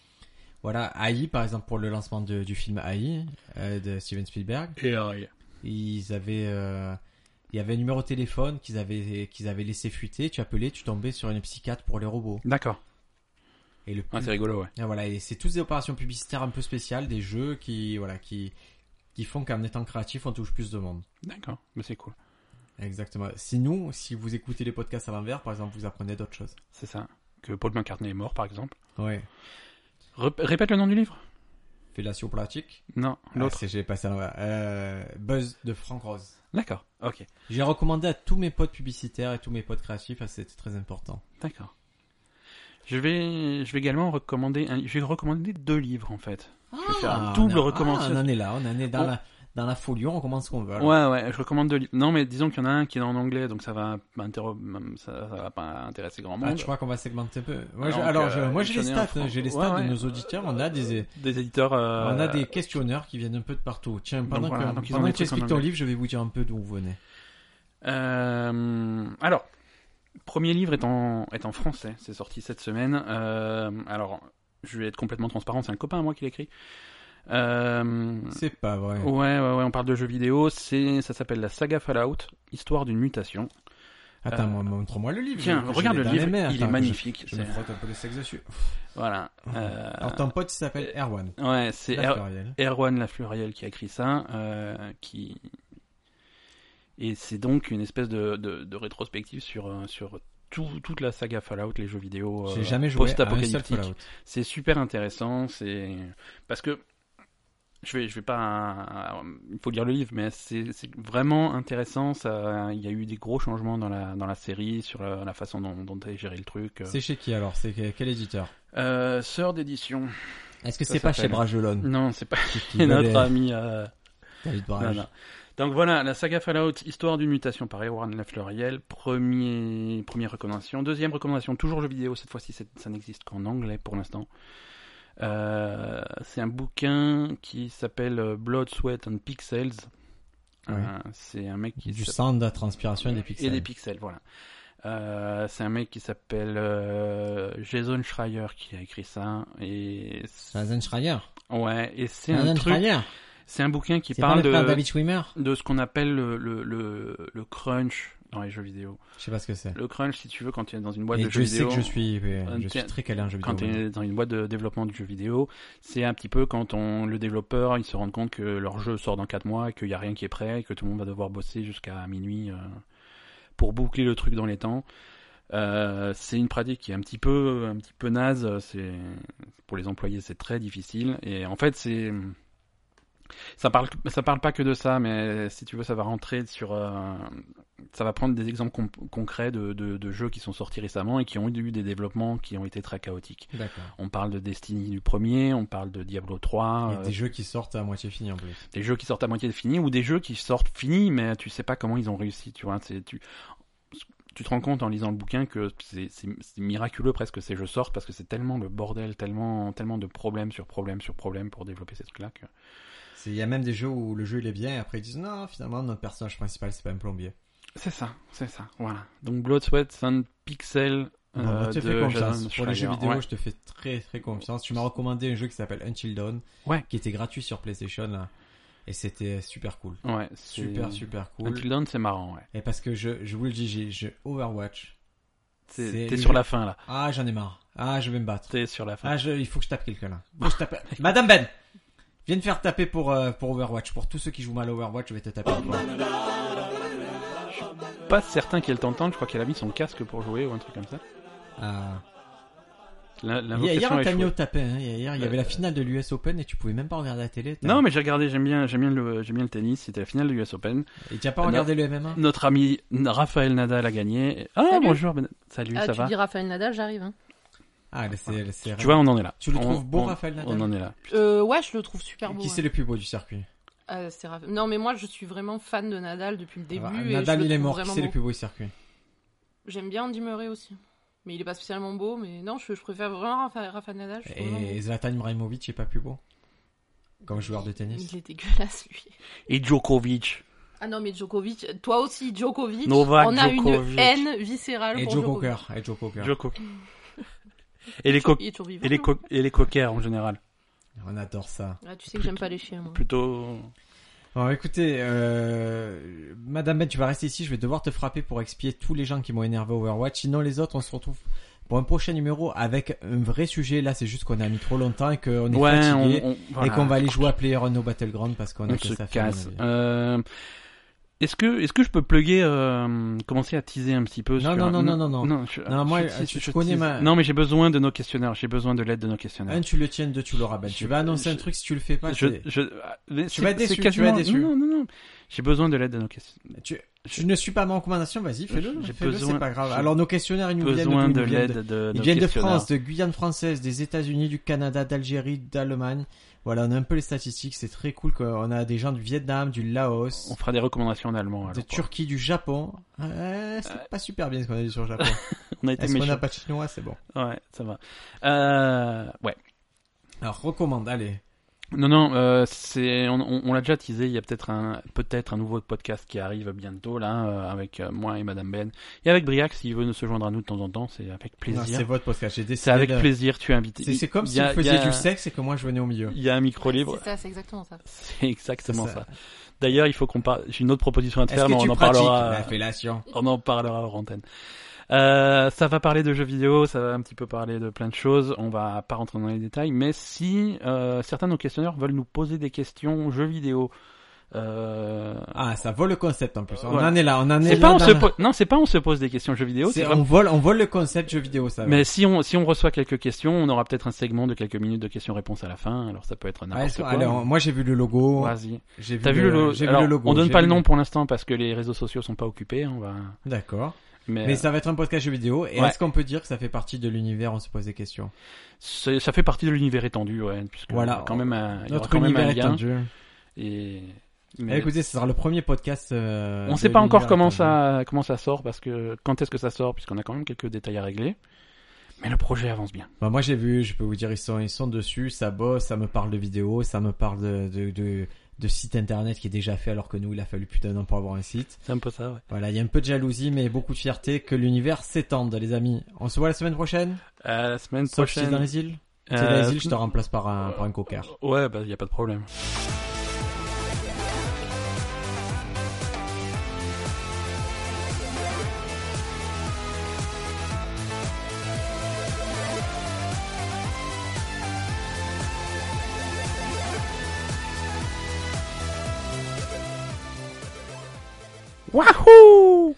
voilà, AI par exemple pour le lancement de- du film AI euh, de Steven Spielberg, Et euh, ils avaient euh, il y avait un numéro de téléphone qu'ils avaient qu'ils avaient laissé fuiter, tu appelais, tu tombais sur une psychiatre pour les robots. D'accord. Et le Ah, c'est rigolo, ouais. et voilà, et c'est toutes des opérations publicitaires un peu spéciales, des jeux qui voilà, qui qui font qu'en étant créatif, on touche plus de monde. D'accord, mais c'est cool. Exactement. Sinon, si vous écoutez les podcasts à l'envers, par exemple, vous apprenez d'autres choses. C'est ça. Que Paul McCartney est mort, par exemple. Ouais. Rep- répète le nom du livre Fellation pratique. Non, l'autre. Ah, c'est- j'ai passé à l'envers. Euh, Buzz de Frank Rose. D'accord, ok. J'ai recommandé à tous mes potes publicitaires et tous mes potes créatifs, ah, c'était très important. D'accord. Je vais, je vais également recommander, un, je vais recommander deux livres en fait. vais faire un double Ah, on a- recommandation. on en est là, on en est dans, On- la, dans la folie, on recommande ce qu'on veut. alors. Ouais, ouais, je recommande deux livres. Non, mais disons qu'il y en a un qui est en anglais, donc ça va, pas inter- ça, ça va pas intéresser grand Ah, monde. tu crois qu'on va segmenter un peu Moi, je- Donc, alors, euh, je- moi j'ai les questionnaire stats, en hein, j'ai les France. stats Ouais, de ouais. nos auditeurs, on a des... Des éditeurs. euh, On a des questionneurs qui viennent un peu de partout. Tiens, pendant Donc, voilà, que, donc ils ont pendant des que tu trucs en expliques ton anglais. livre, je vais vous dire un peu d'où vous venez. Euh, alors, premier livre est en, est en français, c'est sorti cette semaine. Euh, alors, je vais être complètement transparent, c'est un copain à moi qui l'écrit. Euh, C'est pas vrai. ouais, ouais, ouais, on parle de jeux vidéo, c'est, ça s'appelle la saga Fallout, histoire d'une mutation. Attends, euh, moi, montre-moi le livre. Tiens, Je- je regarde l'ai le dans livre, les mains. il Attends, est magnifique. Je, je me c'est- frotte un peu le sexe dessus. Voilà. euh, Alors, ton pote, il s'appelle Erwan. ouais, c'est D'accord, Er- Ariel. Erwan Lafluriel qui a écrit ça, euh, qui et c'est donc une espèce de, de, de rétrospective sur euh, sur tout- toute la saga Fallout, les jeux vidéo. euh, J'ai jamais joué à un seul post-apocalyptiques. Fallout. C'est super intéressant, c'est parce que je vais je vais pas il faut lire le livre mais c'est c'est vraiment intéressant ça il y a eu des gros changements dans la dans la série sur la, la façon dont dont est géré le truc. C'est chez qui alors C'est que- quel éditeur Euh, sœur (laughs) d'édition. Est-ce que Ça c'est pas chez s'appelle- (laughs) Bragelonne Non, c'est pas qui- qui veut notre des- ami euh, David Non, Brage non. Donc voilà, la saga Fallout, histoire d'une mutation par Erwan Lafleuriel, premier, première recommandation. Deuxième recommandation, toujours jeu vidéo, cette fois-ci c'est- ça n'existe qu'en anglais pour l'instant. Euh, c'est un bouquin qui s'appelle euh, Blood, Sweat and Pixels. Ouais. Euh, c'est un mec qui Du s'appelle- sang de la transpiration et des pixels. et des pixels, voilà. Euh, c'est un mec qui s'appelle euh, Jason Schreier qui a écrit ça. Et c'est- Zazen Schreier. ouais, et c'est un Zazen truc. Schreier. C'est un bouquin qui C'est pas parle le frère de, David Schwimmer. de ce qu'on appelle le, le, le, le crunch dans les jeux vidéo. Je sais pas ce que c'est. Le crunch, si tu veux, quand tu es dans une boîte Et de je jeux sais vidéo. que je suis, euh, je tiens, suis très calé en jeu vidéo. Quand tu es dans une boîte de développement de jeux vidéo, c'est un petit peu quand on, le développeur il se rend compte que leur jeu sort dans 4 mois, qu'il n'y a rien qui est prêt, que tout le monde va devoir bosser jusqu'à minuit euh, pour boucler le truc dans les temps. Euh, c'est une pratique qui est un petit peu, un petit peu naze. C'est pour les employés, c'est très difficile. Et en fait, c'est ça parle, ça parle pas que de ça, mais si tu veux, ça va rentrer sur, euh, ça va prendre des exemples com- concrets de, de, de jeux qui sont sortis récemment et qui ont eu des développements qui ont été très chaotiques. D'accord. On parle de Destiny du premier, on parle de Diablo 3, Et euh, des jeux qui sortent à moitié finis en plus. des jeux qui sortent à moitié finis ou des jeux qui sortent finis, mais tu sais pas comment ils ont réussi, tu vois. C'est, tu, tu te rends compte en lisant le bouquin que c'est, c'est, c'est miraculeux presque que ces jeux sortent parce que c'est tellement le bordel, tellement, tellement de problèmes sur problèmes sur problèmes pour développer ces trucs-là que. C'est- Il y a même des jeux où le jeu il est bien et après ils disent non finalement notre personnage principal c'est pas un plombier. C'est ça, c'est ça, voilà. Donc Blood, Sweat, Sand, Pixel, Bon, euh, bah, je te fais de confiance. Jason Pour les jeux Schreier, vidéo ouais. je te fais très très confiance. Tu m'as recommandé un jeu qui s'appelle Until Dawn Ouais. qui était gratuit sur PlayStation là. et c'était super cool. Ouais, c'est- Super super cool. Until Dawn, c'est marrant, ouais. Et parce que je, je vous le dis, j'ai- j'ai Overwatch. T'es- C'est le T'es sur jeu- la fin, là. Ah, j'en ai marre. Ah, je vais me battre. T'es sur la fin. Ah, je, il faut que je tape quelqu'un là. Faut que je tape... (laughs) Madame Ben Viens te faire taper pour, euh, pour Overwatch. Pour tous ceux qui jouent mal à Overwatch, je vais te taper. toi. Pas certain qu'elle t'entende, je crois qu'elle a mis son casque pour jouer ou un truc comme ça. Ah. La- Hier, hier, L'invocation on est t'a mis chouette. Euh, au tapin. hein. Hier, hier, il y avait la finale de l'US Open et tu pouvais même pas regarder la télé. t'as- Non, mais j'ai regardé, j'aime bien, j'aime bien le, j'aime bien le tennis. C'était la finale de l'US Open. Et tu as pas regardé le MMA Notre ami Raphaël Nadal a gagné. Ah Salut. bonjour, Ben- salut, Ah, ça tu va dis Raphaël Nadal, j'arrive. hein. Ah, mais c'est c'est Tu vois, on en est là. Tu le On- trouves beau, on- Raphaël Nadal On en est là. Euh, ouais, je le trouve super beau. Qui hein. c'est le plus beau du circuit Ah, c'est Raphaël. Non, mais moi, je suis vraiment fan de Nadal depuis le début. Alors, et Ah, Nadal, je le il est trouve mort. Qui vraiment c'est le beau. plus beau du circuit J'aime bien Andy Murray aussi. Mais il est pas spécialement beau, mais non, je, je préfère vraiment Raphaël, Raphaël Nadal. je trouve vraiment beau. Et Zlatan Ibrahimovic est pas plus beau Comme joueur de tennis Il est dégueulasse, lui. Et Djokovic. Ah non, mais Djokovic, toi aussi, Djokovic, Novak on a Djokovic. une haine viscérale Et pour Joe Djokovic. Cocker. Et Joe Cocker. Djokovic. et les co- Il est toujours vivant. et les non co- et les coquers en général. On adore ça. Ah, tu sais que j'aime pas les chiens, moi. Plutôt. Bon, écoutez, euh, Madame Ben, tu vas rester ici. Je vais devoir te frapper pour expier tous les gens qui m'ont énervé au Overwatch. Sinon, les autres, on se retrouve pour un prochain numéro avec un vrai sujet. Là, c'est juste qu'on a mis trop longtemps et qu'on est Ouais, on, fatigué. on- Et voilà. qu'on va aller jouer à PlayerUnknown's Battleground parce qu'on a on que se ça à faire, à mon casse. avis. Euh, Est-ce que, est-ce que je peux plugger, euh, commencer à teaser un petit peu Non, sur- non, non, non, non, non. je- Non, moi, euh, je tease, tu- tu je connais tease. ma- Non, mais j'ai besoin de nos questionnaires. J'ai besoin de l'aide de nos questionnaires. Un, tu le tiens, deux, tu l'auras, Ben. Je- Tu vas annoncer je- un truc si tu le fais pas. je, c'est- je, ah, mais c'est- vas être c'est déçu, tu quasiment- vas être déçu. Non, non, non. J'ai besoin de l'aide de nos questionnaires. Tu, tu ne suis pas ma recommandation, vas-y, fais-le. J'ai Fais-le, besoin- c'est pas grave. j'ai Alors, nos questionnaires, ils nous viennent d'où Besoin Ils de nous viennent l'aide de, Ils nos viennent de questionnaires. France, de Guyane française, des États-Unis, du Canada, d'Algérie, d'Allemagne. Voilà, on a un peu les statistiques. C'est très cool qu'on a des gens du Vietnam, du Laos, On fera des recommandations en allemand. alors, de quoi. Turquie, du Japon. Euh, c'est pas super bien ce qu'on a dit sur le (laughs) Japon. On a été Est-ce qu'on n'a méchants. pas de chinois C'est bon. Ouais, ça va. Euh, ouais. Alors, recommande, allez. Non, non, euh, c'est, on, on- on l'a déjà teasé, il y a peut-être un, peut-être un nouveau podcast qui arrive bientôt, là, euh, avec euh, moi et Madame Ben. Et avec Briac, s'il veut se joindre à nous de temps en temps, c'est avec Non, plaisir. Ah, C'est votre podcast. J'ai décidé c'est avec de- plaisir, tu es invité. C'est- Il- C'est comme il si y a- vous il faisiez y a- du sexe et que moi je venais au milieu. Il y a un micro libre. C'est ça, c'est exactement ça. (laughs) C'est exactement C'est ça. ça. D'ailleurs, il faut qu'on parle, j'ai une autre proposition à te Est-ce faire, mais que tu on en pratiques Ben, parlera. la fellation On en parlera hors antenne. Euh, ça va parler de jeux vidéo, ça va un petit peu parler de plein de choses. On va pas rentrer dans les détails, mais si euh, certains de nos questionneurs veulent nous poser des questions jeux vidéo, euh... Ah, ça vole le concept en plus. On Voilà. en est là, on en est, c'est là. pas on dans se la- po- non, c'est pas on se pose des questions jeux vidéo. C'est- c'est on vraiment- vole, on vole le concept jeu vidéo, ça. va. Mais si on si on reçoit quelques questions, on aura peut-être un segment de quelques minutes de questions-réponses à la fin. Alors ça peut être Ouais, n'importe so- quoi. alors, moi j'ai vu le logo. Vas-y. J'ai vu, T'as vu le, logo j'ai vu Alors, le logo. On donne j'ai pas vu le nom pour l'instant parce que les réseaux sociaux sont pas occupés. hein, On va. D'accord. Mais, Mais ça va être un podcast jeu vidéo. Et euh, Ouais. est-ce qu'on peut dire que ça fait partie de l'univers On se pose des questions. c'est- ça fait partie de l'univers étendu, ouais, puisque Voilà. il y a quand même un, il y aura Notre quand même univers un est lien. tendu. Et Eh, mais écoutez, ce sera le premier podcast. euh, on de sait pas encore l'univers comment étendu. ça comment ça sort parce que quand est-ce que ça sort puisqu'on a quand même quelques détails à régler. Mais le projet avance bien. Bah, moi, j'ai vu, je peux vous dire, ils sont, ils sont dessus, ça bosse, ça me parle de vidéos, ça me parle de, de, de, de site internet qui est déjà fait, alors que nous, il a fallu putain d'un an pour avoir un site. C'est un peu ça, ouais. Voilà, il y a un peu de jalousie, mais beaucoup de fierté que l'univers s'étende, les amis. On se voit la semaine prochaine Euh, la semaine Sauf si prochaine. c'est dans les îles Si Euh, c'est dans les îles, je te remplace par un, par un coquard. Ouais, bah, y a pas de problème. Wahoo!